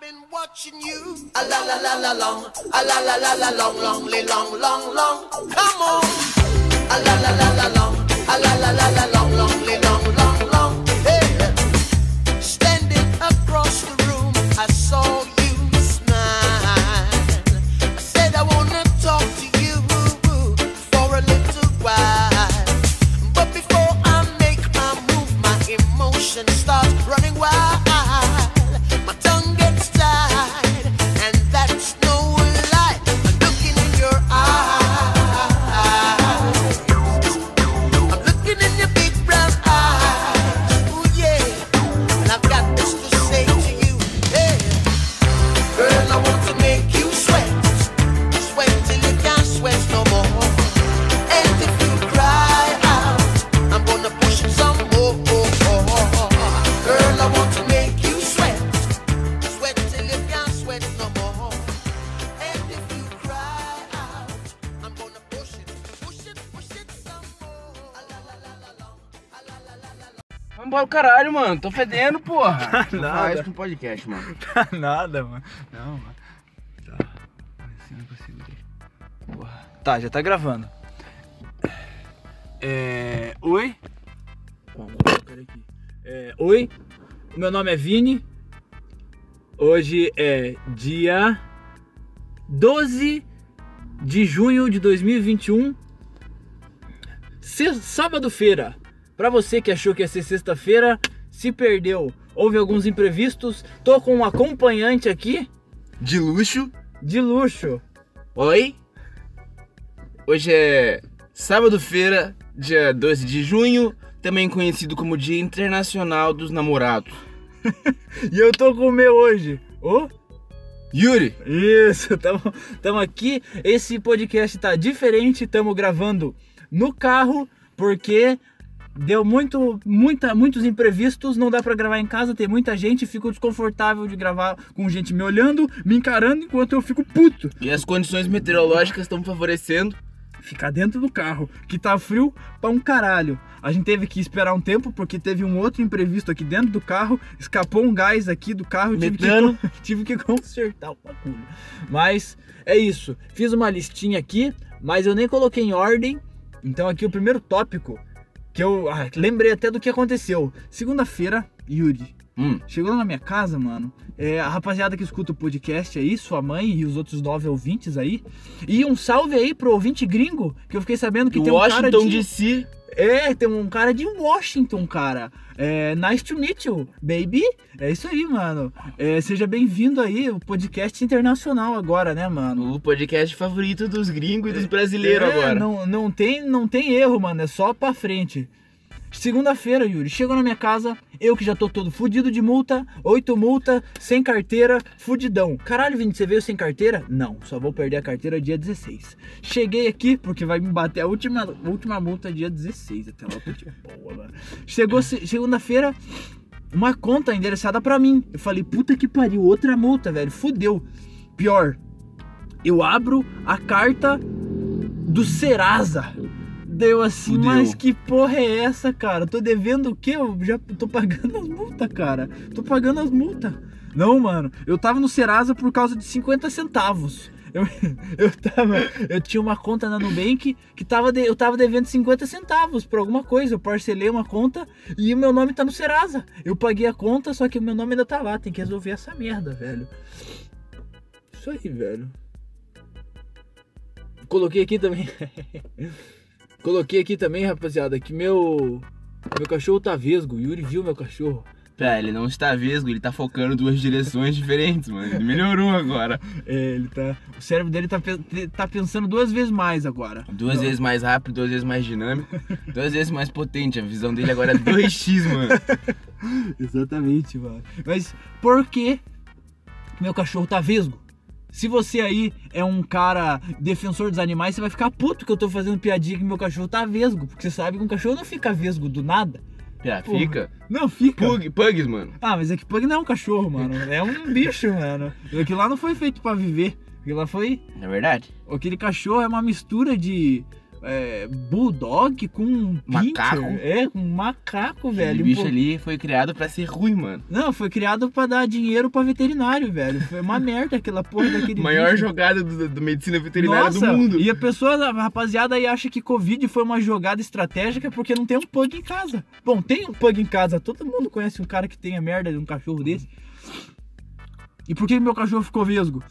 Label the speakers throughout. Speaker 1: been watching you. A la la la la long, a la la la la long, long, li- long, long, long. Come on. A la la la la long, a la la la la long, long, li- long, long, long. Hey. Standing across the room, I saw you smile. I said I wanna talk to you for a little while. But before I make my move, my emotions start running wild. My tongue gets tied, and that's no lie. I'm looking in your eyes. I'm looking in your big brown eyes. Ooh yeah, and I've got this to say to you, yeah. Girl, I want to make you sweat, sweat till you can't sweat no more. And if you cry out, I'm gonna push it some more. Girl, I want to make you sweat, sweat till you can't sweat no more. And if you cry out, I'm gonna push it, push it, push it some more. Ah, la, la, la, la, la. Ah, la, la, la, la, la.
Speaker 2: Vamos embora o caralho, mano. Tô fedendo, porra. Não
Speaker 3: Nada.
Speaker 2: fala isso com podcast, mano.
Speaker 3: Tá nada, mano. Não, mano. Tá. Assim eu não consigo ler.
Speaker 2: Tá, já tá gravando.
Speaker 3: É. Oi? Calma, pera aqui. É, Oi, meu nome é Vini. Hoje é dia 12 de junho de 2021. Se- Sábado-feira. Pra você que achou que ia ser sexta-feira, se perdeu. Houve alguns imprevistos. Tô com um acompanhante aqui
Speaker 2: De luxo.
Speaker 3: de luxo.
Speaker 2: Oi. Hoje é sábado-feira, dia 12 de junho, também conhecido como Dia Internacional dos Namorados.
Speaker 3: E eu tô com o meu hoje. Ô?
Speaker 2: Yuri,
Speaker 3: Isso, tamo, tamo aqui. Esse podcast tá diferente, tamo gravando no carro, porque deu muito, muita, muitos imprevistos, não dá pra gravar em casa, tem muita gente, fico desconfortável de gravar com gente me olhando, me encarando, enquanto eu fico puto.
Speaker 2: e as condições meteorológicas estão favorecendo.
Speaker 3: Ficar dentro do carro, que tá frio pra um caralho. A gente teve que esperar um tempo, porque teve um outro imprevisto aqui dentro do carro, escapou um gás aqui do carro, eu tive que
Speaker 2: Metano.
Speaker 3: tive que consertar o bagulho. Mas é isso. Fiz uma listinha aqui, mas eu nem coloquei em ordem. Então aqui o primeiro tópico que eu ah, lembrei até do que aconteceu. Segunda-feira, Yuri.
Speaker 2: Hum.
Speaker 3: Chegou lá na minha casa, mano. é, a rapaziada que escuta o podcast aí, sua mãe e os outros nove ouvintes aí. E um salve aí pro ouvinte gringo, que eu fiquei sabendo que
Speaker 2: O
Speaker 3: tem um cara
Speaker 2: Washington
Speaker 3: de...
Speaker 2: DC.
Speaker 3: É, tem um cara de Washington, cara. É, nice to meet you, baby. É isso aí, mano. É, seja bem-vindo aí, o podcast internacional agora, né, mano?
Speaker 2: O podcast favorito dos gringos e dos brasileiros
Speaker 3: É,
Speaker 2: agora.
Speaker 3: Não, não, tem, não tem erro, mano. É só pra frente. Segunda-feira, Yuri, chegou na minha casa, eu que já tô todo fudido de multa, oito multa, sem carteira, fudidão. Caralho, Vini, você veio sem carteira? Não, só vou perder a carteira dia 16. Cheguei aqui, porque vai me bater a última, última multa dia 16, até lá eu tô de boa, mano. Chegou se- segunda-feira, uma conta endereçada pra mim. Eu falei, puta que pariu, outra multa, velho, fudeu. Pior, eu abro a carta do Serasa. Deu assim,
Speaker 2: Fudeu.
Speaker 3: mas que porra é essa, cara? Eu Tô devendo o quê? Eu já tô pagando as multas, cara. Tô pagando as multas. Não, mano, eu tava no Serasa por causa de 50 centavos. Eu, eu tava. Eu tinha uma conta na Nubank que tava de- eu tava devendo 50 centavos por alguma coisa. Eu parcelei uma conta e o meu nome tá no Serasa. Eu paguei a conta, só que o meu nome ainda tá lá. Tem que resolver essa merda, velho. Isso aí, velho. Coloquei aqui também. Coloquei aqui também, rapaziada, que meu. Meu cachorro tá vesgo. Yuri viu meu cachorro.
Speaker 2: Pera, ele não está vesgo, ele tá focando em duas direções diferentes, mano. Ele melhorou agora.
Speaker 3: É, ele tá. O cérebro dele tá, pe- te- tá pensando duas vezes mais agora.
Speaker 2: Duas vezes mais rápido, duas vezes mais dinâmico, duas vezes mais potente. A visão dele agora é 2x, mano.
Speaker 3: Exatamente, mano. Mas por que que meu cachorro tá vesgo? Se você aí é um cara defensor dos animais, você vai ficar puto que eu tô fazendo piadinha que meu cachorro tá vesgo. Porque você sabe que um cachorro não fica vesgo do nada.
Speaker 2: Pera,
Speaker 3: Porra.
Speaker 2: fica.
Speaker 3: Não fica.
Speaker 2: Pug, pugs, mano.
Speaker 3: Ah, mas é que pug não é um cachorro, mano. É um bicho, mano. Aquilo lá não foi feito pra viver. Aquilo lá foi
Speaker 2: Na verdade.
Speaker 3: Aquele cachorro é uma mistura de. é, bulldog com um
Speaker 2: Macaco.
Speaker 3: pincher. É, um macaco, velho.
Speaker 2: Aquele
Speaker 3: Um
Speaker 2: bicho
Speaker 3: po-
Speaker 2: ali foi criado pra ser ruim, mano.
Speaker 3: Não, foi criado pra dar dinheiro pra veterinário, velho. Foi uma merda aquela porra daquele
Speaker 2: Maior
Speaker 3: bicho.
Speaker 2: jogada do, do medicina veterinária
Speaker 3: Nossa,
Speaker 2: do mundo.
Speaker 3: E a pessoa, a rapaziada aí acha que Covid foi uma jogada estratégica porque não tem um pug em casa. Bom, tem um pug em casa, todo mundo conhece um cara que tem a merda de um cachorro desse. E por que meu cachorro ficou vesgo?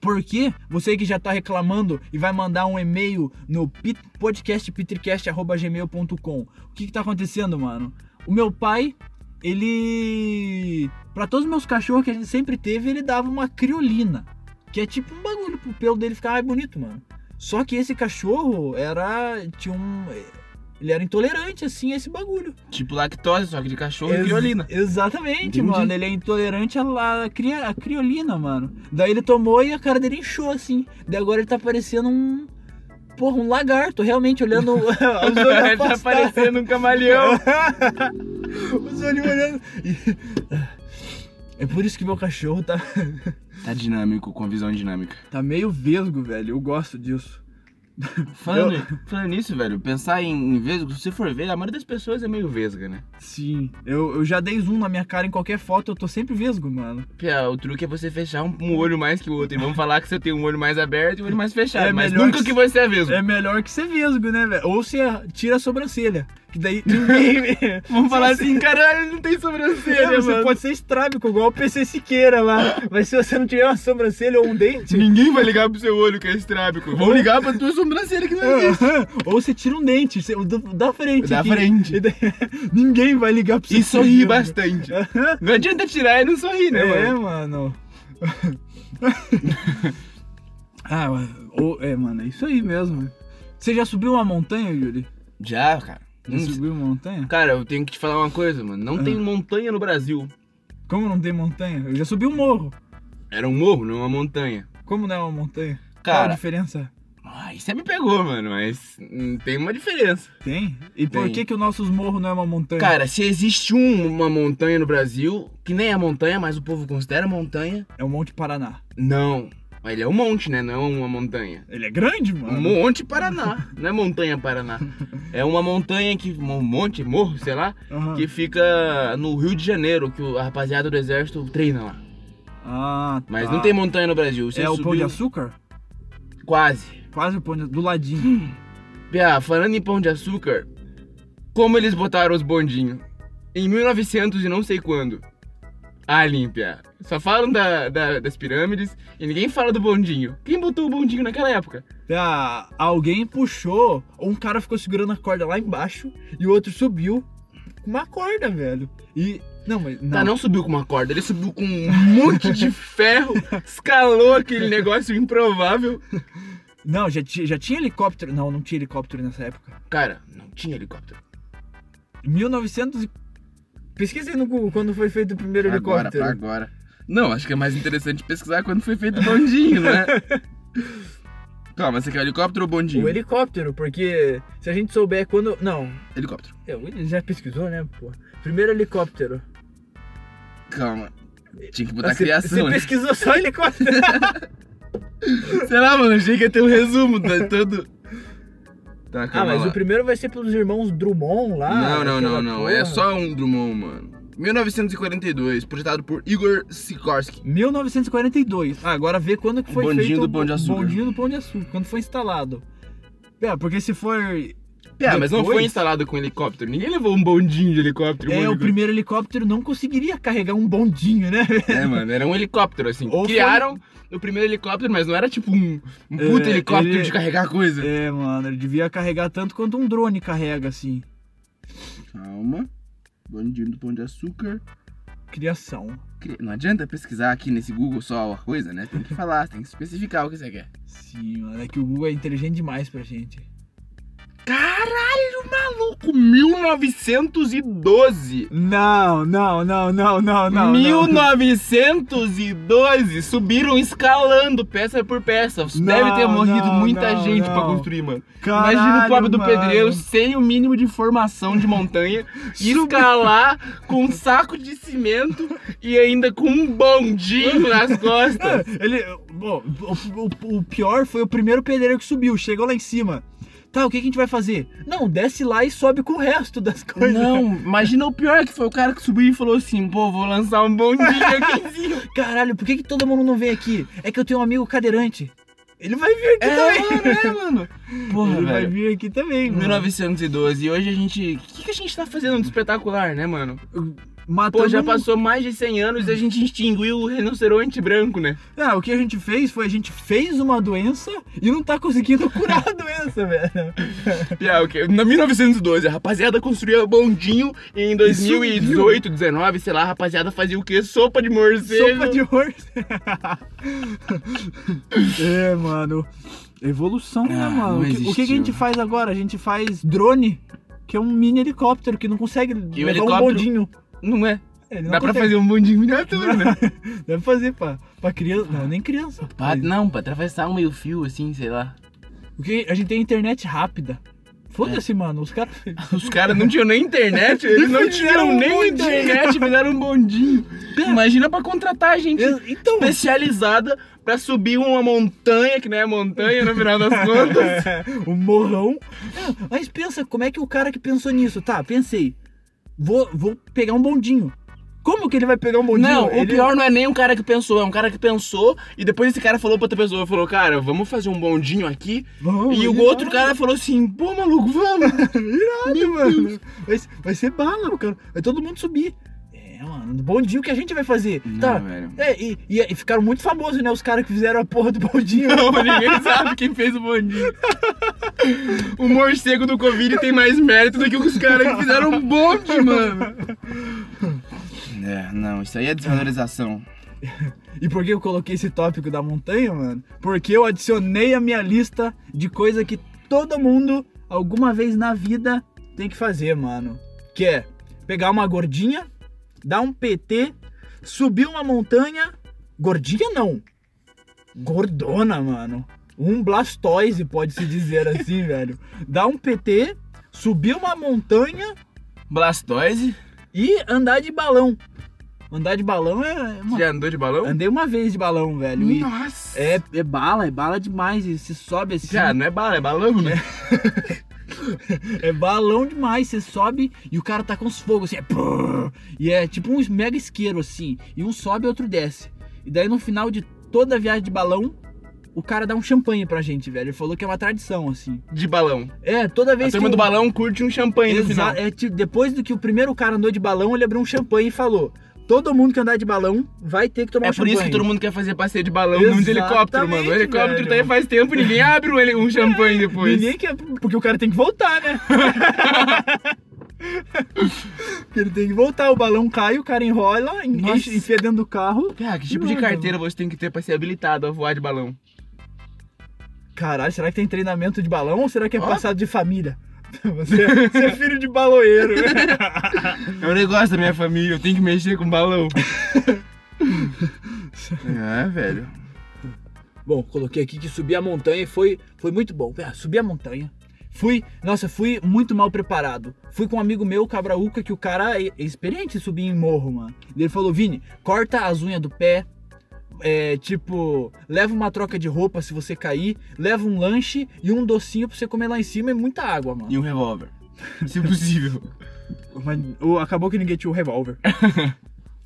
Speaker 3: Porque você que já tá reclamando e vai mandar um e-mail no pit- podcastpitricast.gmail.com. O que que tá acontecendo, mano? O meu pai, ele... Pra todos os meus cachorros que a gente sempre teve, ele dava uma criolina. Que é tipo um bagulho pro pelo dele ficar mais bonito, mano. Só que esse cachorro era. tinha um. Ele era intolerante, assim, a esse bagulho.
Speaker 2: Tipo lactose, só que de cachorro e
Speaker 3: Ex-
Speaker 2: É criolina.
Speaker 3: Exatamente,
Speaker 2: Entendi.
Speaker 3: mano. Ele é intolerante à, à, cri- à criolina, mano. Daí ele tomou e a cara dele inchou, assim. Daí agora ele tá parecendo um. Porra, um lagarto, realmente, olhando. os olhos
Speaker 2: Ele tá
Speaker 3: afastados.
Speaker 2: parecendo um camaleão.
Speaker 3: Os olhos olhando. E- É por isso que meu cachorro tá.
Speaker 2: Tá dinâmico, com visão dinâmica.
Speaker 3: Tá meio vesgo, velho. Eu gosto disso.
Speaker 2: Falando, falando nisso, velho, pensar em, em vesgo, se você for ver, a maioria das pessoas é meio vesga, né?
Speaker 3: Sim, eu, eu já dei zoom na minha cara em qualquer foto, eu tô sempre vesgo, mano.
Speaker 2: Pia, o truque é você fechar um, um olho mais que o outro. E vamos falar que você tem um olho mais aberto e um olho mais fechado.
Speaker 3: É
Speaker 2: mas
Speaker 3: melhor
Speaker 2: nunca
Speaker 3: que-
Speaker 2: que você é vesgo.
Speaker 3: É melhor que ser vesgo, né, velho? Ou você tira a sobrancelha, que daí um ninguém vê.
Speaker 2: Vamos falar
Speaker 3: Se
Speaker 2: assim, caralho, ele não tem
Speaker 3: você-
Speaker 2: sobrancelha,
Speaker 3: É, Você
Speaker 2: mano.
Speaker 3: pode ser estrábico, igual o PC Siqueira lá. Mas se você não tiver uma sobrancelha ou um dente.
Speaker 2: Ninguém vai ligar pro seu olho que é estrábico. Vão ligar pra tua sobrancelha que
Speaker 3: É.
Speaker 2: não existe.
Speaker 3: ou você tira um dente, você- o do- da frente.
Speaker 2: É Da
Speaker 3: aqui.
Speaker 2: frente.
Speaker 3: E daí- ninguém vai ligar pra você.
Speaker 2: E sorri bastante. Não adianta tirar e não sorrir, né,
Speaker 3: É,
Speaker 2: mano?
Speaker 3: mano. ah, o- é, mano, é isso aí mesmo. Você já subiu uma montanha, Yuri?
Speaker 2: Já, cara.
Speaker 3: Já subiu uma montanha?
Speaker 2: Cara, eu tenho que te falar uma coisa, mano. Não
Speaker 3: Ah.
Speaker 2: tem montanha no Brasil.
Speaker 3: Como não tem montanha? Eu já subi um morro.
Speaker 2: Era um morro, não uma montanha.
Speaker 3: Como não é uma montanha? Qual a
Speaker 2: Cara,
Speaker 3: diferença?
Speaker 2: ai, você me pegou, mano, mas hum, tem uma diferença.
Speaker 3: Tem? E por
Speaker 2: Tem.
Speaker 3: que que o nosso morro não é uma montanha?
Speaker 2: Cara, se existe um- uma montanha no Brasil, que nem é montanha, mas o povo considera montanha,
Speaker 3: É o Monte Paraná.
Speaker 2: não. Ele é um monte, né? Não é uma montanha.
Speaker 3: Ele é grande, mano.
Speaker 2: Um monte Paraná, não é montanha Paraná. É uma montanha que. Um monte, morro, sei lá,
Speaker 3: Aham.
Speaker 2: que fica no Rio de Janeiro, que o- a rapaziada do exército treina lá.
Speaker 3: Ah, tá.
Speaker 2: Mas não tem montanha no Brasil. Você
Speaker 3: É o Pão de
Speaker 2: subiu-
Speaker 3: Açúcar?
Speaker 2: Quase.
Speaker 3: Quase o Pão de Do ladinho.
Speaker 2: Pia, falando em pão de açúcar, como eles botaram os bondinhos? Em 1900 e não sei quando. Alien, Pia. Só falam da- da- das pirâmides e ninguém fala do bondinho. Quem botou o bondinho naquela época?
Speaker 3: Ah, alguém puxou, ou um cara ficou segurando a corda lá embaixo, e o outro subiu com uma corda, velho. E... Não, mas... Não.
Speaker 2: Tá, não subiu com uma corda, ele subiu com um monte de ferro, escalou aquele negócio improvável.
Speaker 3: Não, já, ti- já tinha helicóptero. Não, não tinha helicóptero nessa época.
Speaker 2: Cara, não tinha helicóptero.
Speaker 3: 1900 e... Pesquisei no Google quando foi feito o primeiro helicóptero.
Speaker 2: agora. Não, acho que é mais interessante pesquisar quando foi feito o bondinho, né? Calma, você quer helicóptero ou bondinho?
Speaker 3: O helicóptero, porque se a gente souber quando. Não,
Speaker 2: Helicóptero.
Speaker 3: é, ele já pesquisou, né, pô? Primeiro helicóptero. Ah,
Speaker 2: Calma. Tinha que botar
Speaker 3: Você-
Speaker 2: criação,
Speaker 3: Você
Speaker 2: né?
Speaker 3: pesquisou só helicóptero.
Speaker 2: Sei lá, mano, achei que ia ter um resumo de tudo. Tá,
Speaker 3: ah,
Speaker 2: calma
Speaker 3: mas
Speaker 2: lá.
Speaker 3: o primeiro vai ser pelos irmãos Drummond lá.
Speaker 2: não, não, não,
Speaker 3: aquela
Speaker 2: não.
Speaker 3: porra.
Speaker 2: É só um Drummond, mano. 1942, projetado por Igor Sikorsky.
Speaker 3: 1942. Ah, agora vê quando que
Speaker 2: O
Speaker 3: foi
Speaker 2: bondinho
Speaker 3: feito
Speaker 2: do Pão de Açúcar.
Speaker 3: o bondinho do Pão de Açúcar, quando foi instalado. É, porque se for
Speaker 2: É, mas não
Speaker 3: Depois-
Speaker 2: foi instalado com helicóptero. Ninguém levou um bondinho de helicóptero. um
Speaker 3: é o
Speaker 2: helicóptero.
Speaker 3: primeiro helicóptero não conseguiria carregar um bondinho, né?
Speaker 2: É, mano, era um helicóptero, assim.
Speaker 3: Ou foi-
Speaker 2: Criaram o primeiro helicóptero, mas não era tipo um, um puta
Speaker 3: É,
Speaker 2: helicóptero
Speaker 3: ele-
Speaker 2: de carregar coisa.
Speaker 3: É, mano, ele devia carregar tanto quanto um drone carrega assim.
Speaker 2: é- Calma. Bondinho do Pão de Açúcar.
Speaker 3: Criação.
Speaker 2: Cri- Não adianta pesquisar aqui nesse Google só a coisa, né? Tem que falar, tem que especificar o que você quer.
Speaker 3: Sim, mano, é que o Google é inteligente demais pra gente.
Speaker 2: Caralho, maluco! 1912!
Speaker 3: Não, não, não, não, não, não.
Speaker 2: 1912! Subiram escalando peça por peça. Deve ter morrido
Speaker 3: não,
Speaker 2: muita
Speaker 3: não,
Speaker 2: gente
Speaker 3: não.
Speaker 2: pra construir, mano. Imagina o pobre do pedreiro sem o mínimo de formação de montanha, escalar com um saco de cimento e ainda com um bondinho nas costas.
Speaker 3: Ele, bom, o, o- o pior foi o primeiro pedreiro que subiu, chegou lá em cima. Tá, o que, que a gente vai fazer? Não, desce lá e sobe com o resto das coisas.
Speaker 2: Não, imagina o pior que foi o cara que subiu e falou assim, pô, vou lançar um bom dia aqui.
Speaker 3: Caralho, por que, que todo mundo não vem aqui? É que eu tenho um amigo cadeirante. Ele vai vir aqui também.
Speaker 2: é, Uhum. mano. Porra,
Speaker 3: Ele vai
Speaker 2: velho.
Speaker 3: vir aqui também. mano.
Speaker 2: 1912, e hoje a gente. O que, que a gente tá fazendo de espetacular, né, mano?
Speaker 3: Matou
Speaker 2: Pô, já
Speaker 3: um-
Speaker 2: passou mais de 100 anos e a gente extinguiu o rinoceronte branco, né?
Speaker 3: Ah, o que a gente fez foi a gente fez uma doença e não tá conseguindo curar a doença, velho.
Speaker 2: Piá, ah, o quê? Na 1912, a rapaziada construía bondinho e em
Speaker 3: subiu.
Speaker 2: 2018, 19, sei lá, a rapaziada fazia o quê? Sopa de morcego.
Speaker 3: Sopa de horse. é, mano. Evolução, né,
Speaker 2: Ah, não
Speaker 3: mano? O que, o que que a
Speaker 2: existiu.
Speaker 3: gente faz agora? A gente faz drone, que é um mini helicóptero que não consegue levar um
Speaker 2: helicóptero-
Speaker 3: bondinho.
Speaker 2: Não é?
Speaker 3: Ele não
Speaker 2: Dá pra
Speaker 3: consegue.
Speaker 2: fazer um bondinho miniatura, né?
Speaker 3: Deve fazer pra, pra criança. Não, nem criança.
Speaker 2: Pra- não, pra atravessar um meio fio, assim, sei lá.
Speaker 3: O que a gente tem é internet rápida. Foda-se,
Speaker 2: É.
Speaker 3: mano. Os caras.
Speaker 2: Os caras não tinham nem internet, eles não
Speaker 3: Fizeram
Speaker 2: tinham
Speaker 3: um
Speaker 2: nem
Speaker 3: bondinho.
Speaker 2: internet, fizeram um bondinho. Imagina pra contratar gente
Speaker 3: Então.
Speaker 2: especializada pra subir uma montanha, que não é montanha no final das contas.
Speaker 3: o morrão. É, Mas pensa, como é que o cara que pensou nisso? Tá, pensei. Vou, vou pegar um bondinho. Como que ele vai pegar um bondinho?
Speaker 2: Não, o
Speaker 3: Ele-
Speaker 2: pior não é nem um cara que pensou, é um cara que pensou e depois esse cara falou pra outra pessoa, falou, cara, vamos fazer um bondinho aqui.
Speaker 3: Vamos,
Speaker 2: e o
Speaker 3: irado.
Speaker 2: outro cara falou assim, pô, maluco, vamos.
Speaker 3: Irado, mano. Vai, ser- vai ser bala, o cara. Vai todo mundo subir. É, mano, bondinho que a gente vai fazer. tá.
Speaker 2: velho.
Speaker 3: É, e, e- e ficaram muito famosos, né? Os caras que fizeram a porra do bondinho.
Speaker 2: Não, ninguém sabe quem fez o bondinho. O morcego do Covid tem mais mérito do que os caras que fizeram um bonde, mano. É, não, isso aí é desvalorização.
Speaker 3: E por que eu coloquei esse tópico da montanha, mano? Porque eu adicionei a minha lista de coisa que todo mundo, alguma vez na vida, tem que fazer, mano. Que é pegar uma gordinha, dar um PT, subir uma montanha. Gordinha não. Gordona, mano. Um blastoise, pode-se dizer assim, velho. Dar um PT, subir uma montanha
Speaker 2: Blastoise?
Speaker 3: e andar de balão. Andar de balão é. é, mano,
Speaker 2: Já andou de balão?
Speaker 3: Andei uma vez de balão, velho. E
Speaker 2: Nossa!
Speaker 3: é, é bala, é bala demais. E você sobe assim.
Speaker 2: Já, não é bala, é balão, né?
Speaker 3: É balão demais. Você sobe e o cara tá com os fogos assim. É, prrr, e é tipo um mega isqueiro assim. E um sobe e outro desce. E daí no final de toda a viagem de balão, o cara dá um champanhe pra gente, velho. Ele falou que é uma tradição assim.
Speaker 2: De balão.
Speaker 3: É, toda
Speaker 2: A
Speaker 3: vez
Speaker 2: turma do
Speaker 3: que. o-
Speaker 2: balão curte um champanhe no final.
Speaker 3: Exa é, tipo, depois do que o primeiro cara andou de balão, ele abriu um champanhe e falou: Todo mundo que andar de balão vai ter que tomar
Speaker 2: É
Speaker 3: um
Speaker 2: por
Speaker 3: champanhe.
Speaker 2: isso que todo mundo quer fazer passeio de balão, não de helicóptero, mano. O
Speaker 3: Exatamente,
Speaker 2: helicóptero tá aí
Speaker 3: velho. É,
Speaker 2: faz tempo, ninguém abre um, heli- um champanhe depois.
Speaker 3: Ninguém quer, porque o cara tem que voltar, né? Porque ele tem que voltar, o balão cai, o cara enrola,
Speaker 2: Nossa.
Speaker 3: enche, enfia dentro do carro.
Speaker 2: Cara, que tipo de carteira você tem que ter pra ser habilitado a voar de balão?
Speaker 3: Caralho, será que tem treinamento de balão ou será que é
Speaker 2: Ó.
Speaker 3: passado de família? Você, você é filho de baloeiro.
Speaker 2: É um negócio da minha família, eu tenho que mexer com balão. é, velho.
Speaker 3: Bom, coloquei aqui que subir a montanha foi, foi muito bom. Pera, subi a montanha. Fui, nossa, fui muito mal preparado. Fui com um amigo meu, Cabraúca, que o cara é é experiente em subir em morro, mano. Ele falou: Vini, corta as unhas do pé. É, tipo, leva uma troca de roupa se você cair, leva um lanche e um docinho pra você comer lá em cima e muita água, mano.
Speaker 2: E um revólver.
Speaker 3: é
Speaker 2: Se possível.
Speaker 3: Mas o- acabou que ninguém tinha o revólver.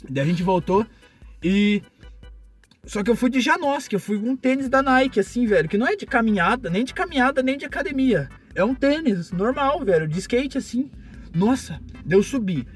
Speaker 3: Daí a gente voltou e. Só que eu fui de Janosc, eu fui com um tênis da Nike, assim, velho, que não é de caminhada, nem de caminhada, nem de academia. É um tênis normal, velho, de skate, assim. Nossa, deu subir.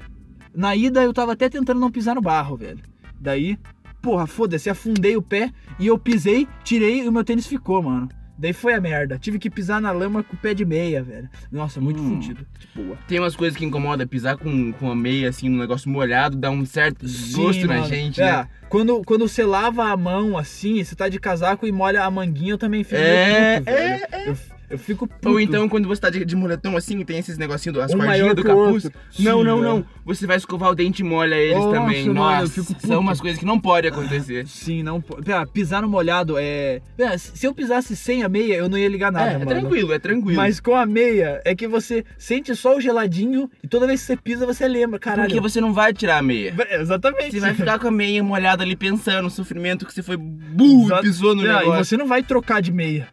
Speaker 3: Na ida eu tava até tentando não pisar no barro, velho. Daí, porra, foda-se, afundei o pé e eu pisei, tirei e o meu tênis ficou, mano. Daí foi a merda. Tive que pisar na lama com o pé de meia, velho. Nossa, muito
Speaker 2: Hum.
Speaker 3: fudido. Boa.
Speaker 2: Tem umas coisas que incomoda, pisar com, com a meia, assim, um negócio molhado, dá um certo desgosto
Speaker 3: Sim,
Speaker 2: na
Speaker 3: mano.
Speaker 2: gente,
Speaker 3: É,
Speaker 2: né?
Speaker 3: quando, quando você lava a mão assim, você tá de casaco e molha a manguinha, eu também fico
Speaker 2: É,
Speaker 3: meio puto, velho. Eu, eu fico puto.
Speaker 2: Ou então, quando você tá de, de moletom assim, e tem esses negocinhos, do- as
Speaker 3: Um
Speaker 2: cordinhas
Speaker 3: maior
Speaker 2: do
Speaker 3: que o
Speaker 2: capuz.
Speaker 3: outro.
Speaker 2: não,
Speaker 3: Sim,
Speaker 2: não,
Speaker 3: velho.
Speaker 2: não. Você vai escovar o dente e molha eles
Speaker 3: Nossa,
Speaker 2: também.
Speaker 3: mano, eu
Speaker 2: Nossa,
Speaker 3: fico puto.
Speaker 2: são umas coisas que não pode acontecer.
Speaker 3: Sim, não pode. Pera, pisar no molhado é. Pera, se eu pisasse sem a meia, eu não ia ligar nada,
Speaker 2: é, é
Speaker 3: mano.
Speaker 2: tranquilo, é tranquilo.
Speaker 3: Mas com a meia, é que você sente só o geladinho e toda vez que você pisa, você lembra, caralho.
Speaker 2: Porque você não vai tirar a meia.
Speaker 3: É, Exatamente.
Speaker 2: Você vai ficar com a meia molhada ali pensando, o sofrimento que você foi burro e
Speaker 3: Exa-
Speaker 2: pisou no
Speaker 3: É, e
Speaker 2: negócio.
Speaker 3: você não vai trocar de meia.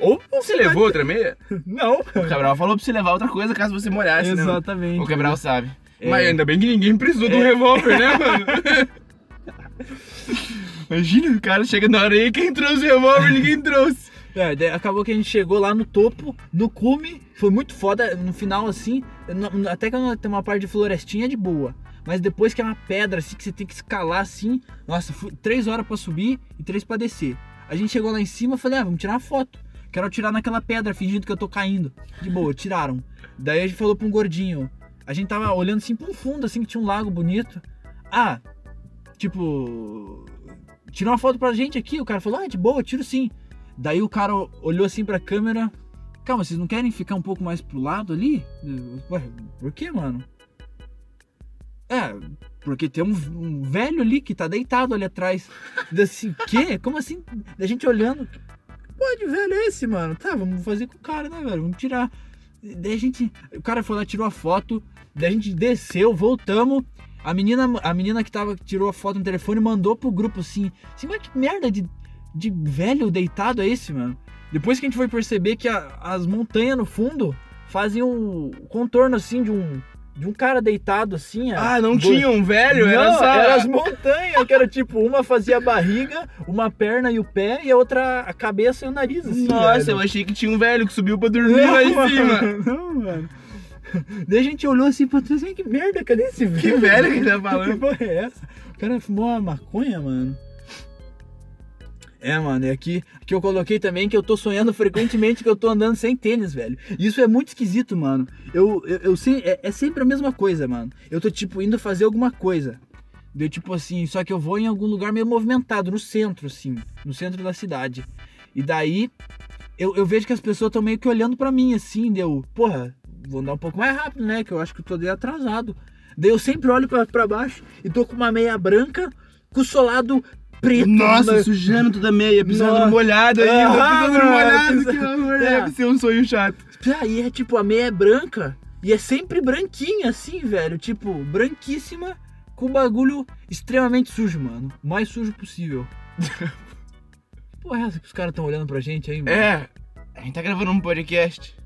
Speaker 3: Ou você
Speaker 2: Você levou outra meia?
Speaker 3: vai- Não.
Speaker 2: O Cabral falou pra você levar outra coisa caso você molhasse, né? mano?
Speaker 3: Exatamente.
Speaker 2: O Cabral sabe.
Speaker 3: É.
Speaker 2: Mas ainda bem que ninguém precisou de um
Speaker 3: É.
Speaker 2: revólver, né, mano? Imagina, o cara chega na hora aí, quem trouxe o revólver, ninguém trouxe.
Speaker 3: É, daí acabou que a gente chegou lá no topo, no cume, foi muito foda, no final assim, no- até que tem uma parte de florestinha de boa, mas depois que é uma pedra assim, que você tem que escalar assim, nossa, fui- três horas pra subir e três pra descer. A gente chegou lá em cima, eu falei, ah, vamos tirar uma foto, quero atirar naquela pedra fingindo que eu tô caindo. De boa, tiraram. Daí a gente falou pra um gordinho, a gente tava olhando assim pra um fundo assim, que tinha um lago bonito, ah, tipo, tira uma foto pra gente aqui, o cara falou, ah, de boa, eu tiro sim. Daí o cara olhou assim pra câmera. Calma, vocês não querem ficar um pouco mais pro lado ali? Ué, por que, mano? É, porque tem um, um velho ali que tá deitado ali atrás. Daí Assim, quê? Como assim? Da gente olhando. que Pô, de velho é esse, mano? Tá, vamos fazer com o cara, né, velho? Vamos tirar. Daí a gente. O cara foi lá, tirou a foto. Daí a gente desceu, voltamos. A menina, a menina que tava, que tirou a foto no telefone mandou pro grupo assim. Assim, mas que merda de de velho deitado é esse, mano? Depois que a gente foi perceber que a- as montanhas no fundo fazem o contorno assim de um de um cara deitado assim. ó.
Speaker 2: Ah, não
Speaker 3: Bo-
Speaker 2: tinha um velho?
Speaker 3: não,
Speaker 2: era só...
Speaker 3: era as montanhas, que era tipo, uma fazia a barriga, uma perna e o pé, e a outra a cabeça e o nariz, assim.
Speaker 2: Nossa,
Speaker 3: velho.
Speaker 2: eu achei que tinha um velho que subiu pra dormir lá em cima.
Speaker 3: mano, Não, mano. Daí a gente olhou assim pra trás, "Ai, que merda, cadê
Speaker 2: Que
Speaker 3: esse velho?
Speaker 2: velho que tá
Speaker 3: Que
Speaker 2: falando.
Speaker 3: porra é essa? O cara fumou uma maconha, mano. É, mano, e aqui que eu coloquei também que eu tô sonhando frequentemente que eu tô andando sem tênis, velho. Isso é muito esquisito, mano. Eu, eu, eu sei, é, é sempre a mesma coisa, mano. Eu tô, tipo, indo fazer alguma coisa. Deu tipo assim, só que eu vou em algum lugar meio movimentado, no centro, assim, no centro da cidade. E daí eu, eu vejo que as pessoas estão meio que olhando pra mim, assim, deu, porra, vou andar um pouco mais rápido, né? Que eu acho que eu tô meio atrasado. Daí eu sempre olho pra, pra baixo e tô com uma meia branca, com o solado preto.
Speaker 2: Nossa,
Speaker 3: né?
Speaker 2: sujando toda meia, pisando
Speaker 3: Nossa.
Speaker 2: no molhado aí, ó,
Speaker 3: Ah,
Speaker 2: pisando no
Speaker 3: mano,
Speaker 2: molhado,
Speaker 3: pisa-
Speaker 2: que horror,
Speaker 3: É.
Speaker 2: deve ser um sonho chato.
Speaker 3: Aí é tipo, a meia é branca e é sempre branquinha assim, velho. Tipo, branquíssima com bagulho extremamente sujo, mano. O mais sujo possível. Porra, é essa que os caras estão olhando pra gente aí, mano?
Speaker 2: É, a gente tá gravando um podcast.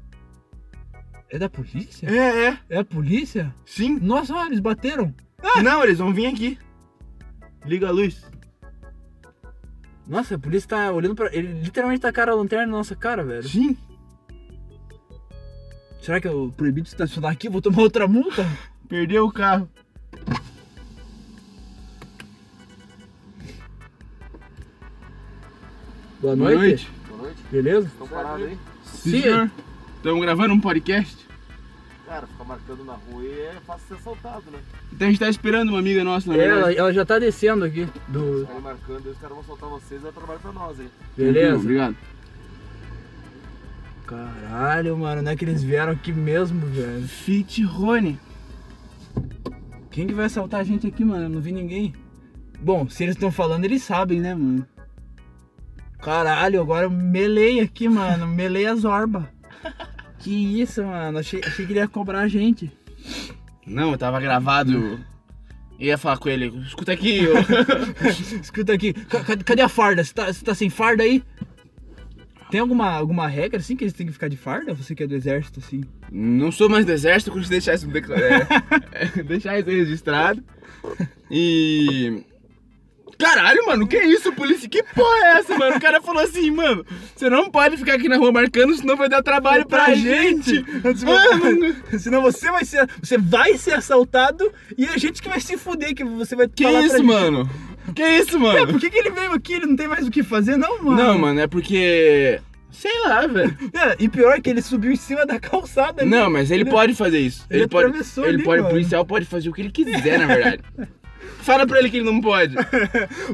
Speaker 3: É da polícia?
Speaker 2: É, é,
Speaker 3: É a polícia?
Speaker 2: sim.
Speaker 3: Nossa, olha, eles bateram.
Speaker 2: Não, eles vão vir aqui. Ah. Liga a luz.
Speaker 3: Nossa, a polícia tá olhando pra. Ele literalmente tacaram a lanterna na nossa cara, velho.
Speaker 2: Sim.
Speaker 3: Será que eu proibi de estacionar aqui? Vou tomar outra multa?
Speaker 2: Perdeu o carro. Boa
Speaker 3: Boa noite.
Speaker 2: noite.
Speaker 4: Boa noite.
Speaker 3: Beleza?
Speaker 4: Estão parados aí?
Speaker 2: Sim, senhor. Estamos gravando um podcast.
Speaker 4: Cara, ficar marcando na rua aí é fácil ser assaltado, né?
Speaker 2: Então a gente tá esperando uma amiga nossa, na
Speaker 3: É,
Speaker 2: verdade.
Speaker 3: ela, ela já tá descendo aqui.
Speaker 4: Os
Speaker 3: Do...
Speaker 4: caras marcando, aí os caras vão soltar vocês e vai trabalhar pra nós, hein?
Speaker 3: Beleza?
Speaker 2: Obrigado.
Speaker 3: Caralho, mano, não é que eles vieram aqui mesmo, velho.
Speaker 2: Fit Rony.
Speaker 3: Quem que vai assaltar a gente aqui, mano? Eu não vi ninguém. Bom, se eles estão falando, eles sabem, né, mano? Caralho, agora eu melei aqui, mano. Melei as orbas. Que isso, mano. Achei, achei que ele ia cobrar a gente.
Speaker 2: Não, eu tava gravado. Eu ia falar com ele. Escuta aqui, ô.
Speaker 3: Escuta aqui, ca- ca- cadê a farda? Você tá, você tá sem farda aí? Tem alguma, alguma regra, assim, que eles têm que ficar de farda? Você que é do exército, assim.
Speaker 2: Não sou mais do exército, quando deixar isso, decla- é, é, deixar isso registrado. E. Caralho, mano, que isso, polícia? Que porra é essa, mano? O cara falou assim, mano, você não pode ficar aqui na rua marcando, senão vai dar trabalho pra, gente. Mano,
Speaker 3: Senão você vai ser. Você vai ser assaltado e a gente que vai se fuder, que você vai
Speaker 2: que
Speaker 3: falar pra
Speaker 2: isso,
Speaker 3: gente.
Speaker 2: mano? Que isso,
Speaker 3: É,
Speaker 2: mano?
Speaker 3: por que, que ele veio aqui? Ele não tem mais o que fazer, não, mano?
Speaker 2: Não, mano, é porque. Sei lá, velho.
Speaker 3: É, e pior que ele subiu em cima da calçada ali.
Speaker 2: Não, mas ele pode fazer isso.
Speaker 3: Ele
Speaker 2: Ele pode.
Speaker 3: atravessou
Speaker 2: Ele
Speaker 3: ali,
Speaker 2: pode. O
Speaker 3: mano.
Speaker 2: policial pode fazer o que ele quiser, na verdade. Fala pra ele que ele não pode.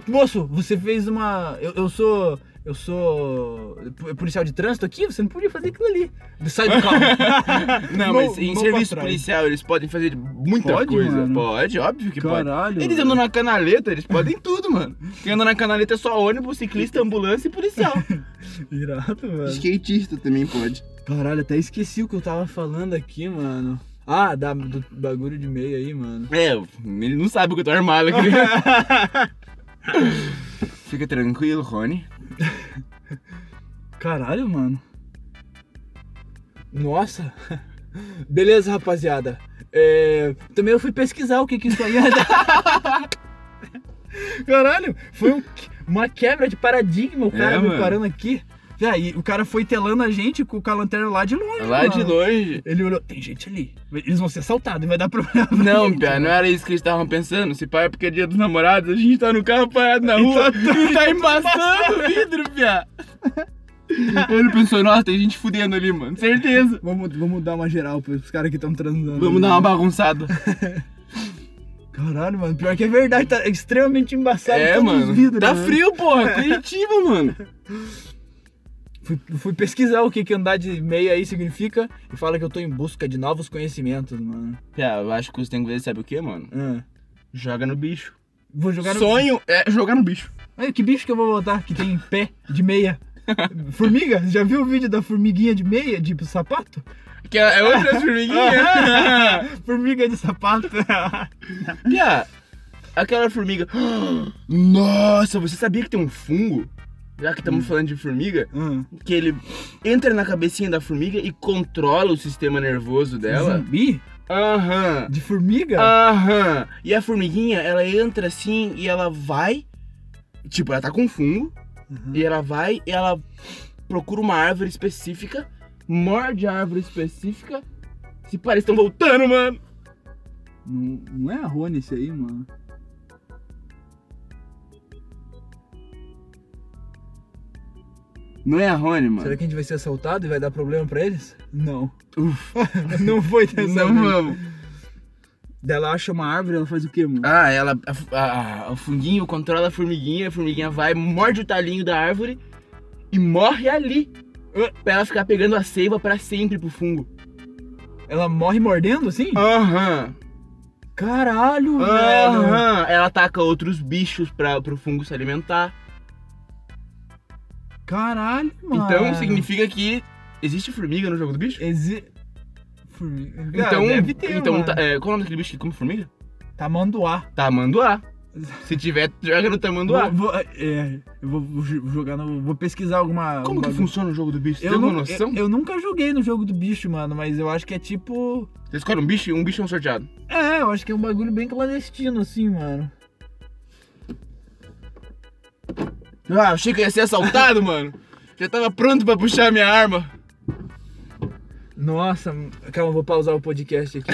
Speaker 3: Moço, você fez uma. Eu, eu sou. Eu sou p- policial de trânsito aqui, você não podia fazer aquilo ali. Sai do carro.
Speaker 2: Não,
Speaker 3: Mão-
Speaker 2: mas em
Speaker 3: mão
Speaker 2: serviço
Speaker 3: pra trás.
Speaker 2: policial eles podem fazer muita
Speaker 3: Pode,
Speaker 2: coisa.
Speaker 3: mano?
Speaker 2: Pode, óbvio que
Speaker 3: Caralho,
Speaker 2: pode. Eles
Speaker 3: mano.
Speaker 2: andam na canaleta, eles podem tudo, mano. Quem anda na canaleta é só ônibus, ciclista, ambulância e policial.
Speaker 3: Irado, mano.
Speaker 2: Skatista também pode.
Speaker 3: Caralho, até esqueci o que eu tava falando aqui, mano. Ah, da, do bagulho de meia aí, mano.
Speaker 2: É, ele não sabe que eu tô armado aqui. Fica tranquilo, Rony.
Speaker 3: Caralho, mano. Nossa! Beleza, rapaziada. É, Também eu fui pesquisar o que, que isso aí é. Caralho, foi um que- uma quebra de paradigma o cara
Speaker 2: É,
Speaker 3: me
Speaker 2: mano.
Speaker 3: parando aqui. Já, e o cara foi telando a gente com o lanterna lá de longe.
Speaker 2: Lá de
Speaker 3: mano.
Speaker 2: longe.
Speaker 3: Ele olhou, tem gente ali. Eles vão ser assaltados e vai dar problema. pra
Speaker 2: Não, né?
Speaker 3: gente."
Speaker 2: Pia, não era isso que eles estavam pensando. Se pá é porque é dia dos namorados, a gente tá no carro parado na rua e tá embaçando o vidro, Pia. Ele pensou, nossa, tem gente fudendo ali, mano. Certeza.
Speaker 3: Vamos, vamos dar uma geral pros caras que estão transando.
Speaker 2: Vamos dar uma bagunçada.
Speaker 3: Caralho, mano. Pior que é verdade, tá extremamente embaçado.
Speaker 2: É,
Speaker 3: todos os
Speaker 2: mano.
Speaker 3: vidros,
Speaker 2: tá
Speaker 3: né?
Speaker 2: frio, porra. Curitiba, mano.
Speaker 3: Fui, fui pesquisar o que, que andar de meia aí significa e fala que eu tô em busca de novos conhecimentos, mano.
Speaker 2: Pia, eu acho que os ingleses sabe o que, mano?
Speaker 3: Ah,
Speaker 2: Joga no bicho.
Speaker 3: vou jogar no.
Speaker 2: Sonho é jogar no bicho.
Speaker 3: Ai, que bicho que eu vou botar que tem pé de meia? Formiga? Já viu o vídeo da formiguinha de meia, de sapato?
Speaker 2: Que é é outra formiguinha.
Speaker 3: Formiga de sapato. Ah,
Speaker 2: Pia, aquela formiga. Nossa, você sabia que tem um fungo? Já que estamos falando de formiga,
Speaker 3: Hum.
Speaker 2: que ele entra na cabecinha da formiga e controla o sistema nervoso dela.
Speaker 3: Zumbi?
Speaker 2: Aham.
Speaker 3: De
Speaker 2: Ah.
Speaker 3: formiga?
Speaker 2: Aham. E a formiguinha, ela entra assim e ela vai. Tipo, ela tá com fungo.
Speaker 3: Uhum.
Speaker 2: E ela vai e ela procura uma árvore específica, morde a árvore específica. Se parece, estão voltando, mano.
Speaker 3: Não, não é a Rony esse aí, mano.
Speaker 2: Não é a Rony, mano.
Speaker 3: Será que a gente vai ser assaltado e vai dar problema pra eles? Não.
Speaker 2: Ufa.
Speaker 3: não foi dessa
Speaker 2: Não
Speaker 3: vez.
Speaker 2: vamos.
Speaker 3: Daí ela acha uma árvore ela faz o quê, mano?
Speaker 2: Ah, ela. a- a- a- o funguinho controla a formiguinha, a formiguinha vai, morde o talinho da árvore e morre ali. Pra ela ficar pegando a seiva pra sempre pro fungo.
Speaker 3: Ela morre mordendo assim?
Speaker 2: Aham.
Speaker 3: Caralho, velho.
Speaker 2: Aham. Ela ataca outros bichos pra, pro fungo se alimentar.
Speaker 3: Caralho, mano.
Speaker 2: Então significa que existe formiga no jogo do bicho?
Speaker 3: Exi... Formiga.
Speaker 2: então,
Speaker 3: Ah, deve ter, tá
Speaker 2: então
Speaker 3: mano.
Speaker 2: tá, é, qual é o nome daquele bicho que come formiga?
Speaker 3: Tamanduá.
Speaker 2: Tamanduá. Se tiver, joga no tamanduá.
Speaker 3: Vou, vou- é, eu vou, vou jo- jogar no. Vou pesquisar alguma.
Speaker 2: Como que
Speaker 3: alguma-
Speaker 2: funciona o jogo do bicho? Você
Speaker 3: Eu,
Speaker 2: tem alguma
Speaker 3: nu-
Speaker 2: noção?
Speaker 3: eu, eu nunca joguei no jogo do bicho, mano, mas eu acho que é tipo.
Speaker 2: Você escolhe um bicho e um bicho é um sorteado.
Speaker 3: É, eu acho que é um bagulho bem clandestino, assim, mano.
Speaker 2: Ah, achei que eu ia ser assaltado, mano. Já tava pronto pra puxar minha arma.
Speaker 3: Nossa, calma, eu vou pausar o podcast aqui.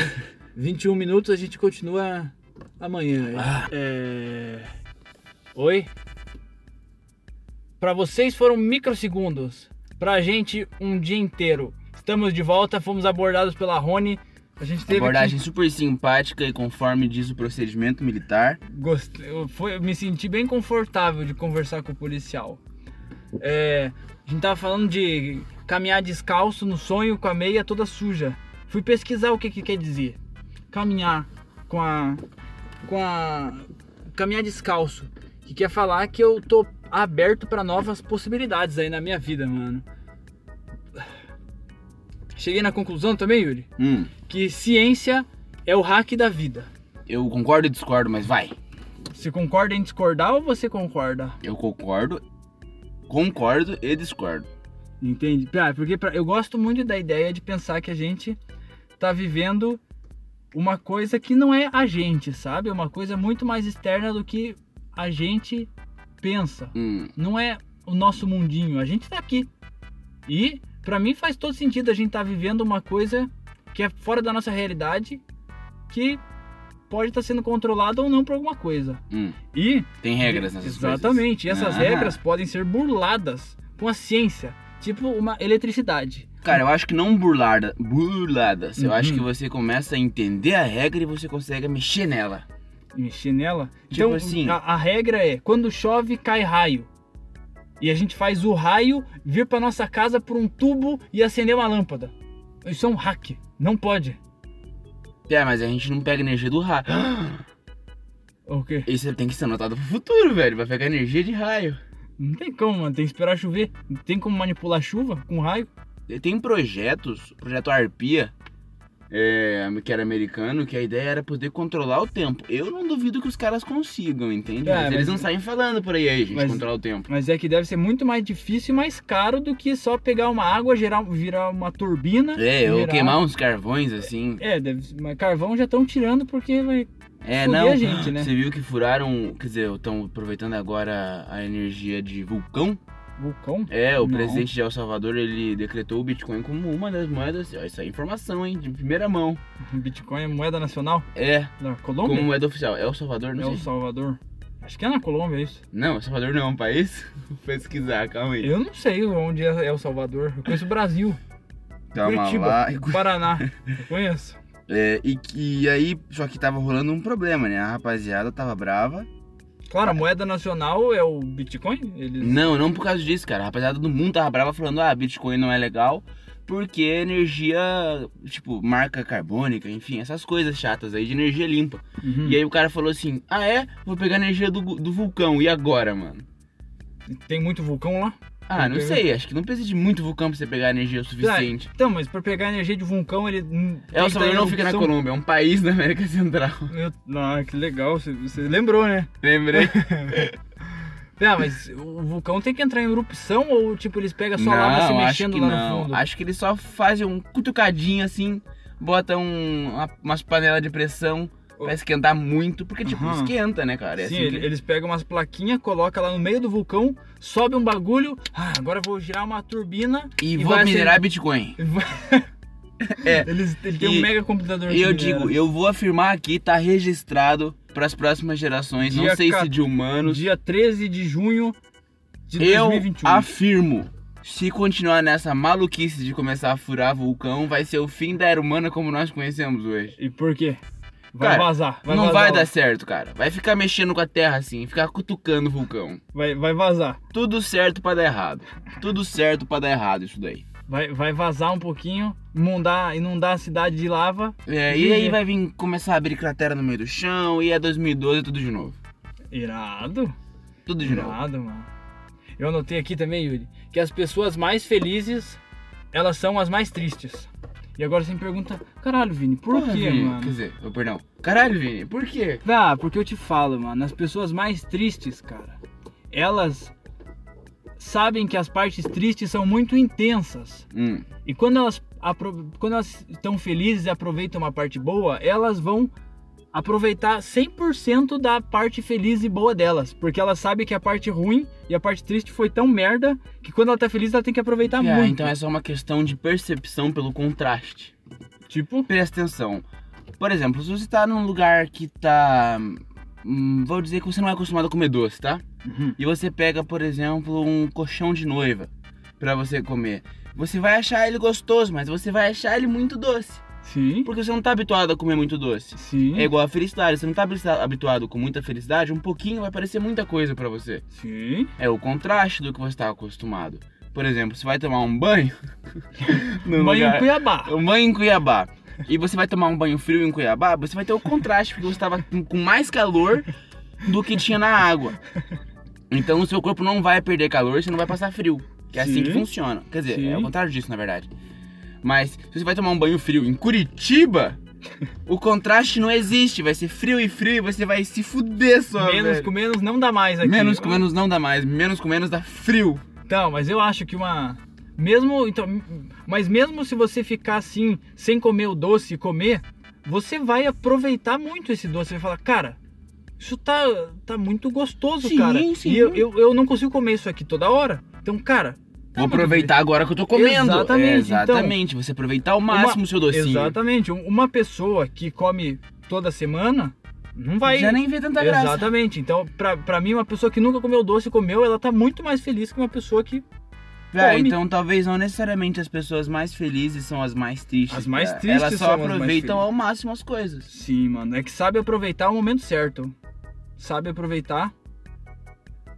Speaker 3: 21 minutos, a gente continua amanhã. É... Oi? Pra vocês foram microsegundos. Pra gente, um dia inteiro. Estamos de volta, fomos abordados pela Rony. A gente teve.
Speaker 2: Abordagem super simpática e conforme diz o procedimento militar.
Speaker 3: Que... Gostei- eu foi- eu me senti bem confortável de conversar com o policial. É, A gente tava falando de caminhar descalço no sonho com a meia toda suja. Fui pesquisar o que que quer dizer. Caminhar com a com a caminhar descalço, que quer falar que eu tô aberto pra novas possibilidades aí na minha vida, mano. Cheguei na conclusão também, Yuri,
Speaker 2: Hum,
Speaker 3: que ciência é o hack da vida.
Speaker 2: eu concordo e discordo, mas vai.
Speaker 3: Você concorda em discordar ou você concorda?
Speaker 2: Eu concordo, concordo e discordo.
Speaker 3: Entende? Ah, porque pra- eu gosto muito da ideia de pensar que a gente tá vivendo uma coisa que não é a gente, sabe? É Uma coisa muito mais externa do que a gente pensa.
Speaker 2: Hum,
Speaker 3: Não é o nosso mundinho, a gente tá aqui. E pra mim faz todo sentido a gente tá vivendo uma coisa que é fora da nossa realidade, que pode estar sendo controlada ou não por alguma coisa.
Speaker 2: hum.
Speaker 3: E
Speaker 2: Tem regras nessas coisas.
Speaker 3: Exatamente. E essas
Speaker 2: Ah.
Speaker 3: regras podem ser burladas com a ciência, tipo uma eletricidade.
Speaker 2: Cara, eu acho que não burlada, burladas. Eu
Speaker 3: Uhum.
Speaker 2: acho que você começa a entender a regra e você consegue mexer nela.
Speaker 3: Mexer nela.
Speaker 2: Tipo
Speaker 3: então,
Speaker 2: assim.
Speaker 3: a, a regra é: quando chove, cai raio. E a gente faz o raio vir para nossa casa por um tubo e acender uma lâmpada. Isso é um hack. Não pode.
Speaker 2: É, mas a gente não pega energia do raio.
Speaker 3: O quê?
Speaker 2: Isso tem que ser anotado pro futuro, velho. Vai pegar energia de raio.
Speaker 3: Não tem como, mano. Tem que esperar chover. Não tem como manipular a chuva com raio.
Speaker 2: Tem projetos, projeto Arpia, é, que era americano, que a ideia era poder controlar o tempo. Eu não duvido que os caras consigam, entende?
Speaker 3: É,
Speaker 2: mas, eles
Speaker 3: mas-
Speaker 2: não saem falando por aí, aí, gente,
Speaker 3: Mas-
Speaker 2: controlar o tempo.
Speaker 3: Mas é que deve ser muito mais difícil e mais caro do que só pegar uma água, gerar, virar uma turbina.
Speaker 2: É, ou
Speaker 3: gerar-
Speaker 2: queimar uns carvões, assim.
Speaker 3: É, deve, mas carvão já estão tirando porque vai.
Speaker 2: É,
Speaker 3: Fuder
Speaker 2: não.
Speaker 3: a gente, né?
Speaker 2: Você viu que furaram, quer dizer, estão aproveitando agora a energia de vulcão?
Speaker 3: Vulcão?
Speaker 2: É, o
Speaker 3: Não.
Speaker 2: presidente de El Salvador, ele decretou o Bitcoin como uma das moedas. Ó, Isso aí é informação, hein? De primeira mão.
Speaker 3: Bitcoin é moeda nacional
Speaker 2: É,
Speaker 3: da
Speaker 2: como
Speaker 3: Colômbia?
Speaker 2: moeda oficial. El Salvador, não
Speaker 3: El
Speaker 2: sei.
Speaker 3: Salvador. Acho que é na Colômbia isso.
Speaker 2: Não, El Salvador não é um país? Vou pesquisar, calma aí.
Speaker 3: Eu não sei onde é El Salvador. Eu conheço o Brasil,
Speaker 2: Tá
Speaker 3: Curitiba, Paraná. Eu conheço.
Speaker 2: É, e, e aí, só que tava rolando um problema, né? A rapaziada tava brava.
Speaker 3: Claro, a moeda nacional é o Bitcoin. Eles...
Speaker 2: Não, não por causa disso, cara. A rapaziada do mundo tava brava falando, ah, Bitcoin não é legal. Porque é energia, tipo, marca carbônica, enfim, essas coisas chatas aí de energia limpa.
Speaker 3: Uhum.
Speaker 2: E aí o cara falou assim, ah é? Vou pegar a energia do, do vulcão, e agora, mano?
Speaker 3: Tem muito vulcão lá?
Speaker 2: Ah, não
Speaker 3: Entendeu?
Speaker 2: sei, acho que não precisa de muito vulcão pra você pegar energia o suficiente.
Speaker 3: Então, mas pra pegar energia de vulcão, ele. hum,
Speaker 2: É, El
Speaker 3: ele tá
Speaker 2: Salvador
Speaker 3: em
Speaker 2: não fica na
Speaker 3: erupção.
Speaker 2: Colômbia, é um país da América Central.
Speaker 3: Eu- Ah, que legal, você, você lembrou, né?
Speaker 2: Lembrei?
Speaker 3: Ah, mas o vulcão tem que entrar em erupção ou tipo eles pegam só
Speaker 2: não,
Speaker 3: lava se
Speaker 2: acho
Speaker 3: mexendo
Speaker 2: que
Speaker 3: lá no
Speaker 2: não.
Speaker 3: fundo?
Speaker 2: Acho que eles só fazem um cutucadinho assim, botam um- uma- umas panelas de pressão
Speaker 3: Ô.
Speaker 2: pra esquentar muito, porque tipo,
Speaker 3: Aham.
Speaker 2: esquenta, né, cara? É
Speaker 3: Sim,
Speaker 2: assim que-
Speaker 3: ele- eles pegam umas plaquinhas, colocam lá no meio do vulcão, sobe um bagulho, ah, agora eu vou girar uma turbina.
Speaker 2: E,
Speaker 3: e
Speaker 2: vou
Speaker 3: vai
Speaker 2: minerar Bitcoin. É.
Speaker 3: Eles, ele tem
Speaker 2: E-
Speaker 3: um mega computador.
Speaker 2: E eu
Speaker 3: que minera.
Speaker 2: digo, eu vou afirmar aqui, tá registrado pras próximas gerações, não
Speaker 3: Dia
Speaker 2: sei se
Speaker 3: quat-
Speaker 2: de humanos,
Speaker 3: Dia 13 de junho de
Speaker 2: Eu
Speaker 3: 2021.
Speaker 2: afirmo. Se continuar nessa maluquice de começar a furar vulcão, vai ser o fim da era humana como nós conhecemos hoje.
Speaker 3: E por quê? Vai
Speaker 2: Cara,
Speaker 3: vazar. Vai
Speaker 2: Não
Speaker 3: vazar,
Speaker 2: vai
Speaker 3: ó.
Speaker 2: dar certo, cara. Vai ficar mexendo com a terra assim, ficar cutucando o vulcão.
Speaker 3: Vai, vai vazar.
Speaker 2: Tudo certo pra dar errado. Tudo certo pra dar errado isso daí.
Speaker 3: Vai, vai vazar um pouquinho, inundar, inundar a cidade de lava.
Speaker 2: É, e aí vai vir começar a abrir cratera no meio do chão e é 2012 tudo de novo.
Speaker 3: Irado.
Speaker 2: Tudo de novo.
Speaker 3: Irado, mano. Eu anotei aqui também, Yuri, que as pessoas mais felizes, elas são as mais tristes. E agora você me pergunta, caralho, Vini, por
Speaker 2: Porra,
Speaker 3: quê,
Speaker 2: Vini? Quer
Speaker 3: mano?
Speaker 2: dizer, oh, perdão. Caralho, Vini, por quê?
Speaker 3: Ah, porque eu te falo, mano, as pessoas mais tristes, cara, elas sabem que as partes tristes são muito intensas.
Speaker 2: Hum,
Speaker 3: E quando elas, apro- quando elas estão felizes e aproveitam uma parte boa, elas vão aproveitar 100% da parte feliz e boa delas. Porque elas sabem que a parte ruim e a parte triste foi tão merda que quando ela tá feliz ela tem que aproveitar
Speaker 2: piá,
Speaker 3: muito.
Speaker 2: então é só uma questão de percepção pelo contraste.
Speaker 3: Tipo,
Speaker 2: presta atenção. Por exemplo, se você tá num lugar que tá. hum, Vou dizer que você não é acostumado a comer doce, tá?
Speaker 3: Uhum.
Speaker 2: E você pega, por exemplo, um colchão de noiva pra você comer. Você vai achar ele gostoso, mas você vai achar ele muito doce.
Speaker 3: sim,
Speaker 2: Porque você não tá habituado a comer muito doce.
Speaker 3: sim,
Speaker 2: É igual a felicidade, você não tá habita- habituado com muita felicidade, um pouquinho vai parecer muita coisa pra você.
Speaker 3: sim.
Speaker 2: É o contraste do que você tá acostumado. Por exemplo, você vai tomar um banho. num
Speaker 3: Mãe
Speaker 2: lugar-
Speaker 3: em Cuiabá.
Speaker 2: um banho em Cuiabá. E você vai tomar um banho frio em Cuiabá, você vai ter o contraste, porque você tava com- com mais calor do que tinha na água. Então o seu corpo não vai perder calor, você não vai passar frio. Que é assim que
Speaker 3: Sim.
Speaker 2: funciona. Quer dizer,
Speaker 3: Sim.
Speaker 2: é o contrário disso, na verdade. Mas se você vai tomar um banho frio em Curitiba, o contraste não existe. Vai ser frio e frio e você vai se fuder só.
Speaker 3: Menos
Speaker 2: velho.
Speaker 3: com menos não dá mais aqui.
Speaker 2: menos com menos não dá mais. Menos com menos dá frio.
Speaker 3: Então, mas eu acho que uma. Mesmo. Então, mas mesmo se você ficar assim, sem comer o doce e comer, você vai aproveitar muito esse doce. Você vai falar, cara, isso tá, tá muito gostoso,
Speaker 2: Sim,
Speaker 3: cara.
Speaker 2: sim.
Speaker 3: E eu, eu, eu não consigo comer isso aqui toda hora. Então, cara.
Speaker 2: Vou
Speaker 3: tá muito
Speaker 2: aproveitar agora que eu tô comendo.
Speaker 3: Exatamente,
Speaker 2: É,
Speaker 3: então.
Speaker 2: exatamente. Você aproveitar ao máximo o seu
Speaker 3: bem.
Speaker 2: docinho.
Speaker 3: Exatamente. Um- Uma pessoa que come toda semana não vai.
Speaker 2: Já nem vê tanta graça.
Speaker 3: Exatamente. Então, pra, pra mim, uma pessoa que nunca comeu doce e comeu, ela tá muito mais feliz que uma pessoa que.
Speaker 2: Véi,
Speaker 3: Come.
Speaker 2: então talvez não necessariamente as pessoas mais felizes são as mais tristes.
Speaker 3: As mais
Speaker 2: cara.
Speaker 3: tristes
Speaker 2: Elas só
Speaker 3: são as mais
Speaker 2: aproveitam
Speaker 3: felizes.
Speaker 2: ao máximo as coisas.
Speaker 3: Sim, mano. É que sabe aproveitar o momento certo. Sabe aproveitar.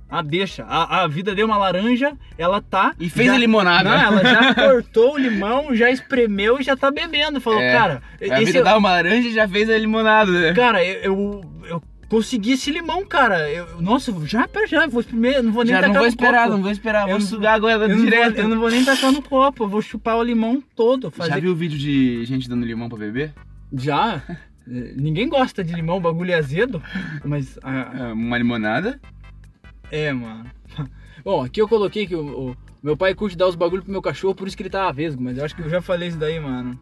Speaker 3: Ah, deixa. A, a vida deu uma laranja, ela tá.
Speaker 2: E fez né?
Speaker 3: já-
Speaker 2: a limonada.
Speaker 3: Não, ela já cortou o limão, já espremeu e já tá bebendo. Falou,
Speaker 2: É,
Speaker 3: cara,
Speaker 2: a
Speaker 3: esse
Speaker 2: vida
Speaker 3: eu-
Speaker 2: dá uma laranja e já fez a limonada. né?
Speaker 3: cara, eu, eu, eu Consegui esse limão, cara. Eu, nossa, eu já, pera, já, vou primeiro, não vou nem
Speaker 2: Já
Speaker 3: tacar
Speaker 2: não vou
Speaker 3: no
Speaker 2: esperar,
Speaker 3: copo.
Speaker 2: não vou esperar.
Speaker 3: Eu
Speaker 2: Vou
Speaker 3: não-
Speaker 2: sugar agora
Speaker 3: Eu não, vou,
Speaker 2: direto.
Speaker 3: eu não vou nem tacar no copo, eu vou chupar o limão todo. Fazer...
Speaker 2: Já viu o vídeo de gente dando limão pra beber?
Speaker 3: Já? Eh, Ninguém gosta de limão, o bagulho é azedo. Mas. ah,
Speaker 2: É, Uma limonada?
Speaker 3: é, mano. Bom, aqui eu coloquei que o, o- meu pai curte dar os bagulhos pro meu cachorro, por isso que ele tava vesgo, mas eu acho que eu já falei isso daí, mano.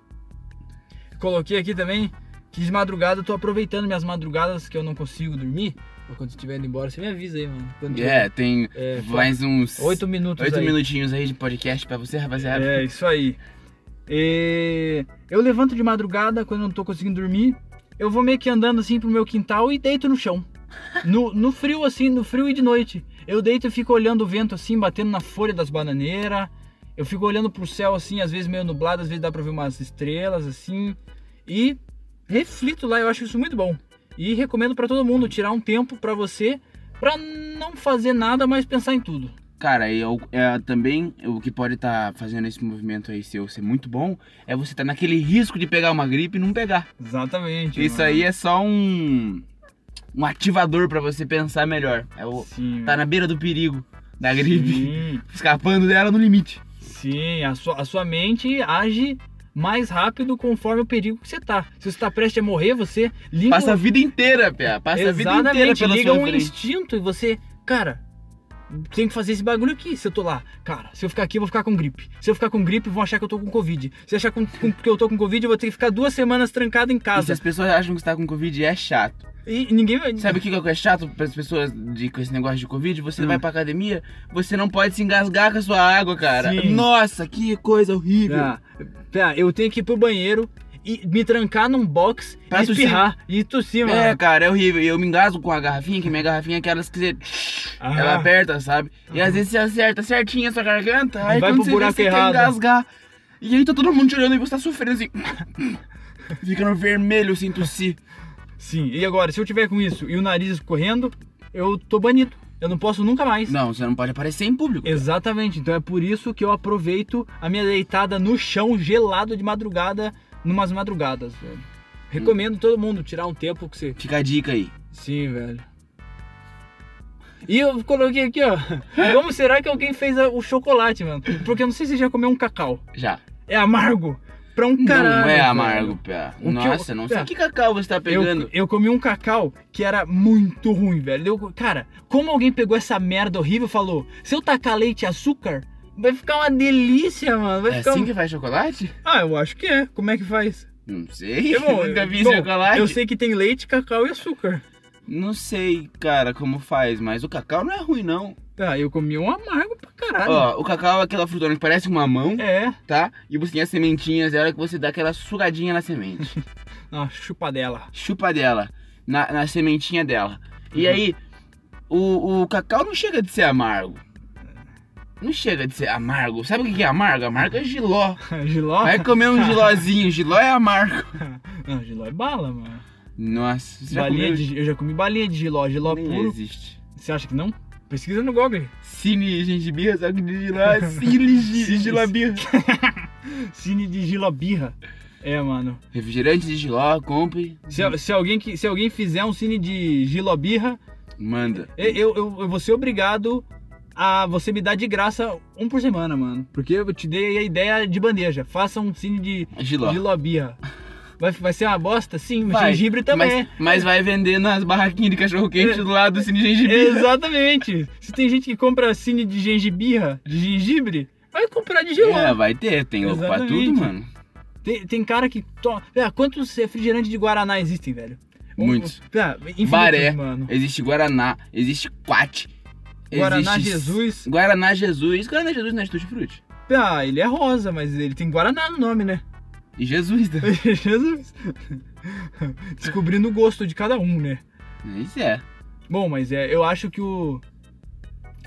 Speaker 3: Coloquei aqui também que de madrugada eu tô aproveitando minhas madrugadas que eu não consigo dormir. Ou Quando estiver indo embora, você me avisa aí, mano. Quando
Speaker 2: É, tem
Speaker 3: É, foi-
Speaker 2: mais uns
Speaker 3: Oito minutos
Speaker 2: oito
Speaker 3: aí.
Speaker 2: minutinhos aí de podcast pra você, rapaziada.
Speaker 3: É, isso aí. E eu levanto de madrugada quando eu não tô conseguindo dormir. Eu vou meio que andando assim pro meu quintal e deito no chão. No, no frio, assim, no frio e de noite. Eu deito e fico olhando o vento assim, batendo na folha das bananeiras. Eu fico olhando pro céu assim, às vezes meio nublado, às vezes dá pra ver umas estrelas assim. E reflito lá, eu acho isso muito bom. E recomendo pra todo mundo tirar um tempo pra você, pra não fazer nada, mas pensar em tudo.
Speaker 2: Cara, e eu- é, também o que pode estar fazendo esse movimento aí seu ser muito bom é você tá naquele risco de pegar uma gripe e não pegar.
Speaker 3: Exatamente.
Speaker 2: Isso aí é só um um ativador pra você pensar melhor. É o
Speaker 3: Sim,
Speaker 2: tá na beira do perigo da gripe,
Speaker 3: Sim,
Speaker 2: escapando dela no limite.
Speaker 3: sim. A, sua, a sua mente age mais rápido conforme o perigo que você tá. Se você tá prestes a morrer, você liga
Speaker 2: Passa a
Speaker 3: o...
Speaker 2: vida inteira, pé. Passa a vida inteira
Speaker 3: Exatamente,
Speaker 2: pela
Speaker 3: liga
Speaker 2: sua
Speaker 3: um
Speaker 2: frente.
Speaker 3: instinto e você, cara, tem que fazer esse bagulho aqui se eu tô lá. Cara, se eu ficar aqui, eu vou ficar com gripe. Se eu ficar com gripe, vão achar que eu tô com Covid. Se achar com- com- que eu tô com Covid, eu vou ter que ficar duas semanas trancado em
Speaker 2: E se
Speaker 3: casa.
Speaker 2: as pessoas acham que você tá com Covid, é chato.
Speaker 3: E ninguém vai.
Speaker 2: Sabe o que que é chato para as pessoas de, com esse negócio de Covid? Você
Speaker 3: Hum.
Speaker 2: vai pra academia, você não pode se engasgar com a sua água, cara.
Speaker 3: Sim.
Speaker 2: Nossa, que é coisa horrível.
Speaker 3: Ah, tá, eu tenho que ir pro banheiro e me trancar num box
Speaker 2: Pra
Speaker 3: e
Speaker 2: tossir.
Speaker 3: espirrar e tossir, mano.
Speaker 2: É, cara, é horrível. E Eu me engasgo com a garrafinha, que minha garrafinha é aquelas que você.
Speaker 3: Ah.
Speaker 2: Ela aperta, sabe? E às vezes você acerta certinho a sua garganta, aí
Speaker 3: Vai
Speaker 2: quando
Speaker 3: pro
Speaker 2: você
Speaker 3: buraco
Speaker 2: vê, você
Speaker 3: errado.
Speaker 2: quer engasgar. E aí tá todo mundo te olhando e você tá sofrendo assim. Fica no vermelho sem tossir.
Speaker 3: Sim, e agora, se eu tiver com isso e o nariz escorrendo, eu tô banido. Eu não posso nunca mais.
Speaker 2: Não, você não pode aparecer em público.
Speaker 3: Exatamente, então é por isso que eu aproveito a minha deitada no chão gelado de madrugada, numas madrugadas, velho. Recomendo todo mundo tirar um tempo que você.
Speaker 2: Fica a dica aí.
Speaker 3: Sim, velho. E eu coloquei aqui, ó. Como será que alguém fez a- o chocolate, mano? Porque eu não sei se você já comeu um cacau.
Speaker 2: Já.
Speaker 3: É amargo pra um caralho.
Speaker 2: não é
Speaker 3: velho.
Speaker 2: amargo, pé.
Speaker 3: O que eu-
Speaker 2: Nossa, não sei
Speaker 3: Pé.
Speaker 2: que cacau você tá pegando.
Speaker 3: Eu, eu comi um cacau que era muito ruim, velho. Eu- cara, como alguém pegou essa merda horrível e falou: se eu tacar leite e açúcar, vai ficar uma delícia, mano. Vai
Speaker 2: É
Speaker 3: ficar.
Speaker 2: assim
Speaker 3: um-
Speaker 2: que faz chocolate?
Speaker 3: Ah, eu acho que é. Como é que faz?
Speaker 2: Não sei.
Speaker 3: É bom,
Speaker 2: Eu nunca vi
Speaker 3: bom,
Speaker 2: chocolate.
Speaker 3: Eu sei que tem leite, cacau e açúcar.
Speaker 2: Não sei, cara, como faz, mas o cacau não é ruim, não.
Speaker 3: Tá, eu comi um amargo pra caralho.
Speaker 2: Ó, o cacau é aquela fruta que parece uma mão,
Speaker 3: É,
Speaker 2: tá? E você tem as sementinhas dela que você dá aquela sugadinha na semente.
Speaker 3: uma chupadela.
Speaker 2: Chupa dela, na, na sementinha dela. E
Speaker 3: Uhum.
Speaker 2: aí, o, o cacau não chega de ser amargo. Não chega de ser amargo. Sabe o que que é amargo? Amargo é giló.
Speaker 3: Giló?
Speaker 2: Vai comer um gilózinho, giló é amargo.
Speaker 3: Não, giló é bala, mano.
Speaker 2: Nossa, você já
Speaker 3: Balinha
Speaker 2: comeu?
Speaker 3: de, eu já comi balinha de giló, giló
Speaker 2: Nem
Speaker 3: puro.
Speaker 2: existe.
Speaker 3: Você acha que não? Pesquisa no Google.
Speaker 2: Cine gengibirra, sabe o que de giló? é Cine
Speaker 3: Cine-
Speaker 2: gi- gilobirra.
Speaker 3: Cine de giló birra. É, mano.
Speaker 2: Refrigerante de giló, compre,
Speaker 3: Se, se alguém, que- se alguém fizer um cine de gilobirra,
Speaker 2: manda.
Speaker 3: eu, eu, eu vou ser obrigado a você me dar de graça um por semana, mano. Porque eu te dei a ideia de bandeja. Faça um cine de
Speaker 2: Giló.
Speaker 3: gilobirra. Vai, vai ser uma bosta? Sim,
Speaker 2: Vai,
Speaker 3: gengibre também.
Speaker 2: Mas, mas vai vender nas barraquinhas de cachorro quente do lado do Cine Gengibre.
Speaker 3: Exatamente. Se tem gente que compra cine de gengibirra, de gengibre, vai comprar de giló.
Speaker 2: É, vai ter, tem louco pra
Speaker 3: Exatamente.
Speaker 2: tudo, mano.
Speaker 3: Tem, tem cara que toma... É, quantos refrigerantes de Guaraná existem, velho? Um-
Speaker 2: Muitos.
Speaker 3: É, infinitos,
Speaker 2: Baré.
Speaker 3: mano.
Speaker 2: Existe Guaraná, existe Quat.
Speaker 3: Guaraná
Speaker 2: existe
Speaker 3: Jesus.
Speaker 2: Guaraná Jesus. Guaraná Jesus não é de Tutti Frutti.
Speaker 3: Ah, ele é rosa, mas ele tem Guaraná no nome, né?
Speaker 2: E Jesus também.
Speaker 3: Jesus. Descobrindo o gosto de cada um, né?
Speaker 2: Isso é.
Speaker 3: Bom, mas é, eu acho que o.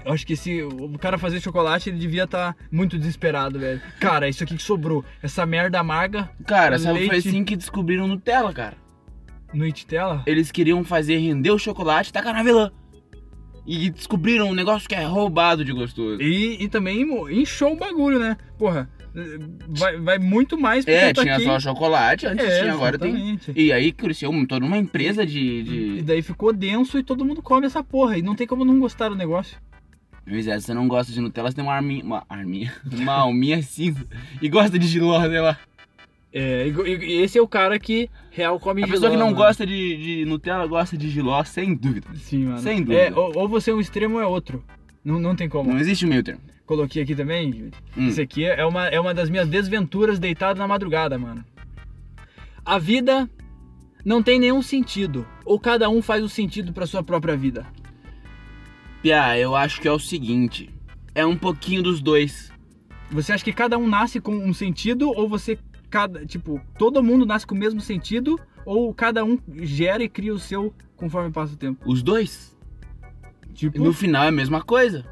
Speaker 3: Eu acho que esse. O cara fazer chocolate, ele devia estar muito desesperado, velho. Cara, isso aqui que sobrou. Essa merda amarga,
Speaker 2: Cara, sabe foi
Speaker 3: Leite.
Speaker 2: assim que descobriram Nutella, cara.
Speaker 3: noite tela.
Speaker 2: Eles queriam fazer render o chocolate e tacar na velã. E descobriram um negócio que é roubado de gostoso.
Speaker 3: E, e também mo- inchou o bagulho, né? Porra,
Speaker 5: vai, vai muito mais pro
Speaker 2: É,
Speaker 3: tá
Speaker 5: Kentucky.
Speaker 2: tinha só chocolate, antes
Speaker 5: É,
Speaker 2: tinha, agora tem.
Speaker 5: exatamente.
Speaker 2: E aí cresceu um- toda uma empresa de.
Speaker 5: E
Speaker 2: de...
Speaker 5: daí ficou denso e todo mundo come essa porra. E não tem como não gostar do negócio.
Speaker 2: Luiz, é, você não gosta de Nutella, você tem uma arminha. Uma arminha. Uma alminha cinza. E gosta de giló, sei lá.
Speaker 3: É, e, e- e esse é o cara que real come
Speaker 2: A pessoa que não
Speaker 3: giló, né?
Speaker 2: gosta de, de Nutella gosta de giló, sem dúvida.
Speaker 5: Sim, mano.
Speaker 2: Sem dúvida.
Speaker 5: É, ou, ou você é um extremo ou é outro. Não, não tem como.
Speaker 2: Não existe meio termo.
Speaker 5: Coloquei aqui também, Yuri.
Speaker 2: Hum.
Speaker 5: Isso aqui é uma, é uma das minhas desventuras deitado na madrugada, mano.
Speaker 3: A vida não tem nenhum sentido. Ou cada um faz o sentido pra sua própria vida.
Speaker 2: Pia, eu acho que é o seguinte: é um pouquinho dos dois.
Speaker 5: Você acha que cada um nasce com um sentido ou você cada tipo todo mundo nasce com o mesmo sentido ou cada um gera e cria o seu conforme passa o tempo?
Speaker 2: Os dois?
Speaker 5: Tipo,
Speaker 2: No final é a mesma coisa.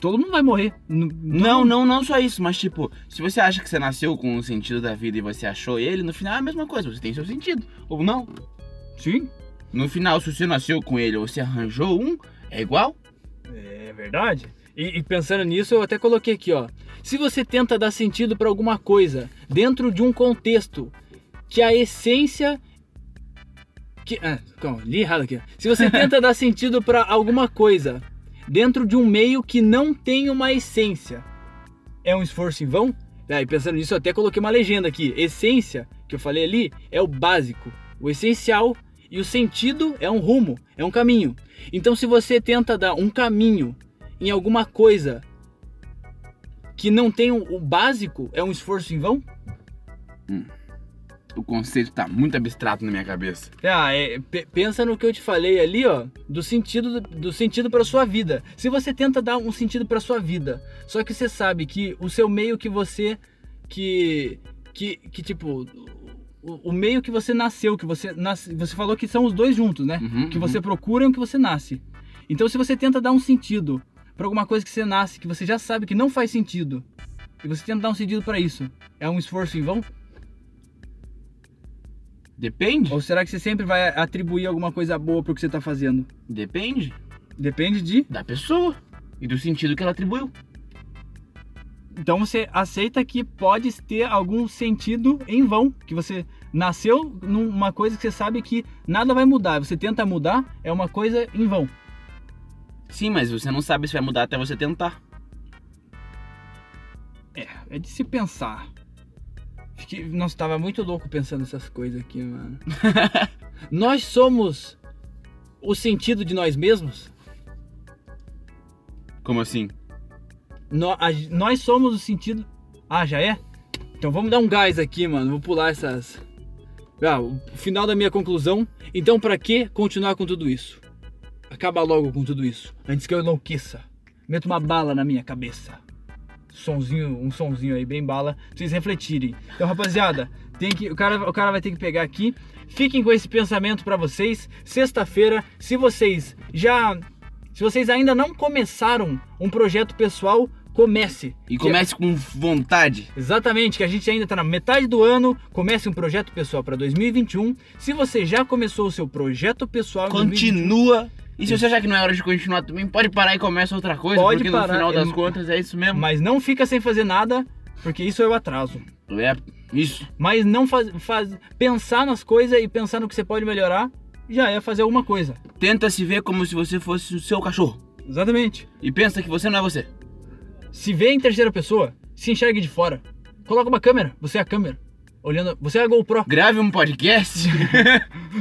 Speaker 5: todo mundo vai morrer. N-
Speaker 2: Não, não, não só isso, mas tipo, se você acha que você nasceu com um sentido da vida e você achou ele, no final é a mesma coisa, você tem seu sentido. Ou não.
Speaker 5: Sim.
Speaker 2: No final, se você nasceu com ele ou você arranjou um, é igual.
Speaker 5: É verdade.
Speaker 3: E, e pensando nisso, eu até coloquei aqui, ó. Se você tenta dar sentido pra alguma coisa dentro de um contexto que a essência que ah, calma, li errado aqui. ó. Se você tenta dar sentido pra alguma coisa dentro de um meio que não tem uma essência, é um esforço em vão? Ah, e pensando nisso, eu até coloquei uma legenda aqui. Essência, que eu falei ali, é o básico, o essencial e o sentido é um rumo, é um caminho. Então, se você tenta dar um caminho em alguma coisa que não tem o o básico, é um esforço em vão?
Speaker 2: O conceito tá muito abstrato na minha cabeça.
Speaker 3: Ah, é, pe- pensa no que eu te falei ali, ó, do sentido do sentido para sua vida. Se você tenta dar um sentido para sua vida, só que você sabe que o seu meio que você que que, que tipo o, o meio que você nasceu, que você nasce, você falou que são os dois juntos, né?
Speaker 2: Uhum,
Speaker 3: que
Speaker 2: uhum.
Speaker 3: você procura e o que você nasce. Então, se você tenta dar um sentido pra alguma coisa que você nasce, que você já sabe que não faz sentido, e você tenta dar um sentido pra isso, é um esforço em vão?
Speaker 2: uhum. Depende?
Speaker 3: Ou será que você sempre vai atribuir alguma coisa boa pro que você tá fazendo?
Speaker 2: Depende
Speaker 3: Depende de.
Speaker 2: da pessoa e do sentido que ela atribuiu.
Speaker 5: Então você aceita que pode ter algum sentido em vão, que você nasceu numa coisa que você sabe que nada vai mudar, você tenta mudar, é uma coisa em vão.
Speaker 2: Sim, mas você não sabe se vai mudar até você tentar.
Speaker 5: É de se pensar.
Speaker 3: Fiquei... Nossa, tava muito louco pensando essas coisas aqui, mano. nós somos o sentido de nós mesmos?
Speaker 2: Como assim?
Speaker 3: No- a- nós somos o sentido. Ah, já é? Então vamos dar um gás aqui, mano. Vou pular essas. Ah, o final da minha conclusão. Então, pra que continuar com tudo isso? Acaba logo com tudo isso. Antes que eu enlouqueça. Meto uma bala na minha cabeça. Sonzinho, um sonzinho aí, bem bala, pra vocês refletirem. Então, rapaziada, tem que, o, cara, o cara vai ter que pegar aqui. Fiquem com esse pensamento pra vocês. Sexta-feira, se vocês já. Se vocês ainda não começaram um projeto pessoal, comece.
Speaker 2: E comece com vontade.
Speaker 3: Exatamente, que a gente ainda está na metade do ano. Comece um projeto pessoal para 2021. Se você já começou o seu projeto pessoal, em 2021,
Speaker 2: Continua. E se você achar que não é hora de continuar também, pode parar e começa outra coisa,
Speaker 3: Pode
Speaker 2: porque
Speaker 3: parar,
Speaker 2: no final
Speaker 3: é-
Speaker 2: das contas é isso mesmo.
Speaker 3: mas não fica sem fazer nada, porque isso é o atraso.
Speaker 2: É, isso.
Speaker 3: Mas não faz, faz pensar nas coisas e pensar no que você pode melhorar já é fazer alguma coisa.
Speaker 2: Tenta se ver como se você fosse o seu cachorro.
Speaker 3: Exatamente.
Speaker 2: E pensa que você não é você.
Speaker 3: Se vê em terceira pessoa, se enxergue de fora. Coloca uma câmera, você é a câmera. Olhando, você é a GoPro.
Speaker 2: Grave um podcast.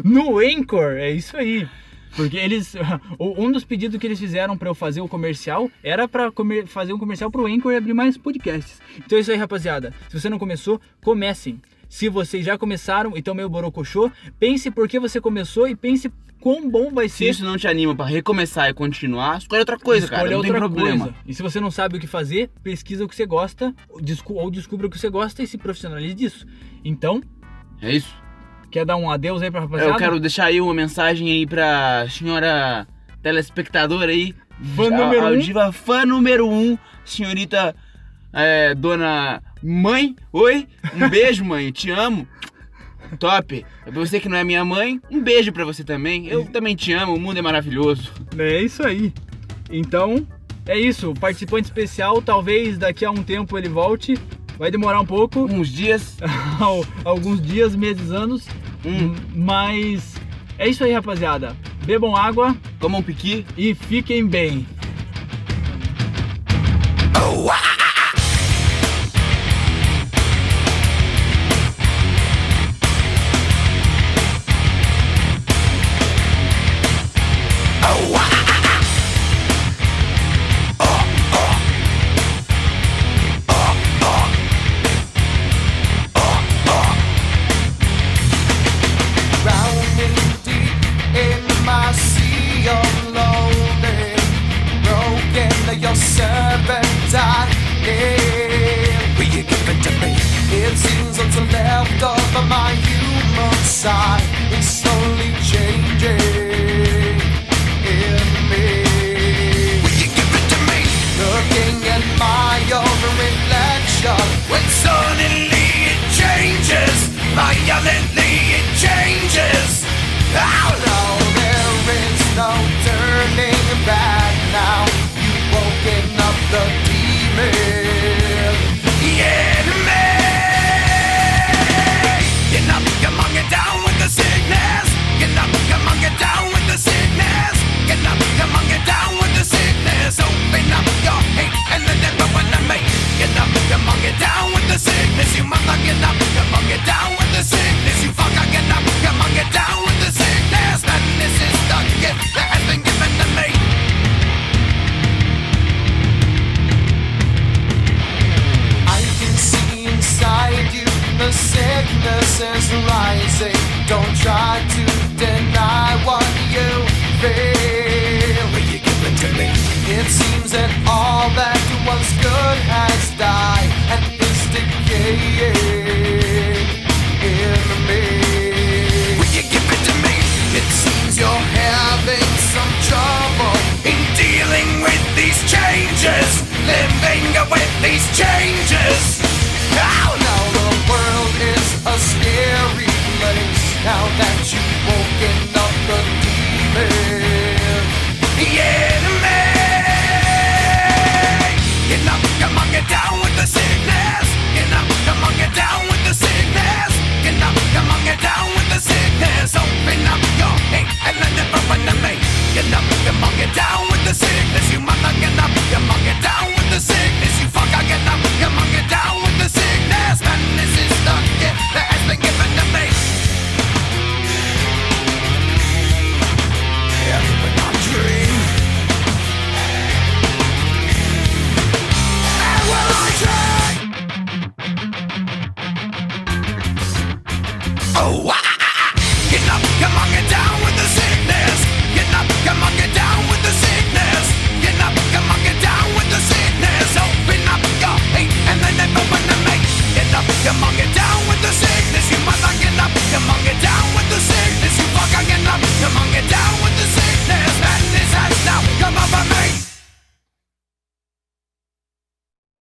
Speaker 3: No Anchor, é isso aí. Porque eles. o- Um dos pedidos que eles fizeram pra eu fazer o comercial era pra comer- fazer um comercial pro Anchor e abrir mais podcasts. Então é isso aí, rapaziada. Se você não começou, comecem. Se vocês já começaram e estão meio borocochô, pense por que você começou e pense quão bom vai
Speaker 2: se
Speaker 3: ser
Speaker 2: isso não te anima pra recomeçar e continuar, escolhe outra coisa, cara.
Speaker 3: Escolha
Speaker 2: Não tem
Speaker 3: outra
Speaker 2: problema.
Speaker 3: coisa. E se você não sabe o que fazer, pesquisa o que você gosta ou descu- ou descubra o que você gosta e se profissionalize disso. Então,
Speaker 2: É isso.
Speaker 3: quer dar um adeus aí pra rapaziada?
Speaker 2: É, Eu quero deixar aí uma mensagem aí pra senhora telespectadora aí.
Speaker 3: Fã número
Speaker 2: a, a
Speaker 3: um.
Speaker 2: diva fã número um, senhorita é, dona mãe. Oi, um beijo, mãe. Te amo. Top. Pra você que não é minha mãe, um beijo pra você também. Eu também te amo, o mundo é maravilhoso.
Speaker 5: Né,
Speaker 3: É isso aí. Então, é isso. Participante especial, talvez daqui a um tempo ele volte.
Speaker 5: Vai demorar um pouco,
Speaker 2: Uns dias.
Speaker 5: al- alguns dias, meses, anos,
Speaker 2: Hum,
Speaker 5: mas é isso aí, rapaziada. Bebam água
Speaker 2: toma um piqui.
Speaker 5: e fiquem bem.
Speaker 6: Drowning deep in my sea of loathing, broken your servant I am. Will you give it to me? It seems what's left of my human side is slowly changing in me. Will you give it to me? Looking at my own reflection, when suddenly it changes, my violently it changes. Oh no, there is no turning back now. You've woken up the demon. The enemy. Get up, come on, get down with the sickness. Get up, come on, get down with the sickness. Get up, come on, get down with the sickness. Open up your hate and the devil wanna make. Get up, come on, get down with the sickness. You mother, get up, come on, get down with the sickness. You fucker, get up, come on, get down with the sickness. Madness is the gift that has been given to me. I can see inside you the sickness is rising. Don't try to deny what you feel. Will you give it to me? It seems that all that once good has died and is decaying. Oh,